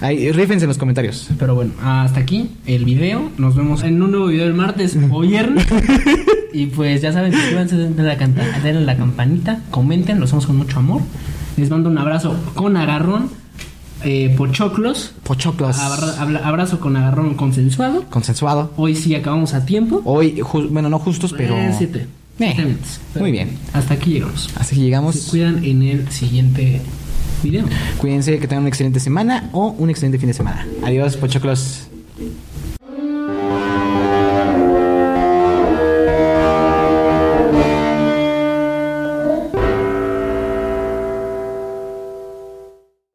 Ahí, rífense en los comentarios.
Pero bueno, hasta aquí el video. Nos vemos en un nuevo video el martes o viernes. y pues ya saben, suscríbanse, denle la, canta- denle la campanita, comenten, lo hacemos con mucho amor. Les mando un abrazo con agarrón, eh, pochoclos.
Pochoclos.
Abra- abra- abrazo con agarrón consensuado.
Consensuado.
Hoy sí acabamos a tiempo.
Hoy, ju- bueno, no justos, pero.
Eh, siete.
Eh,
Siete minutos.
muy bien.
Hasta aquí llegamos.
Así que llegamos.
Se cuidan en el siguiente video.
Cuídense, que tengan una excelente semana o un excelente fin de semana. Adiós, pochoclos.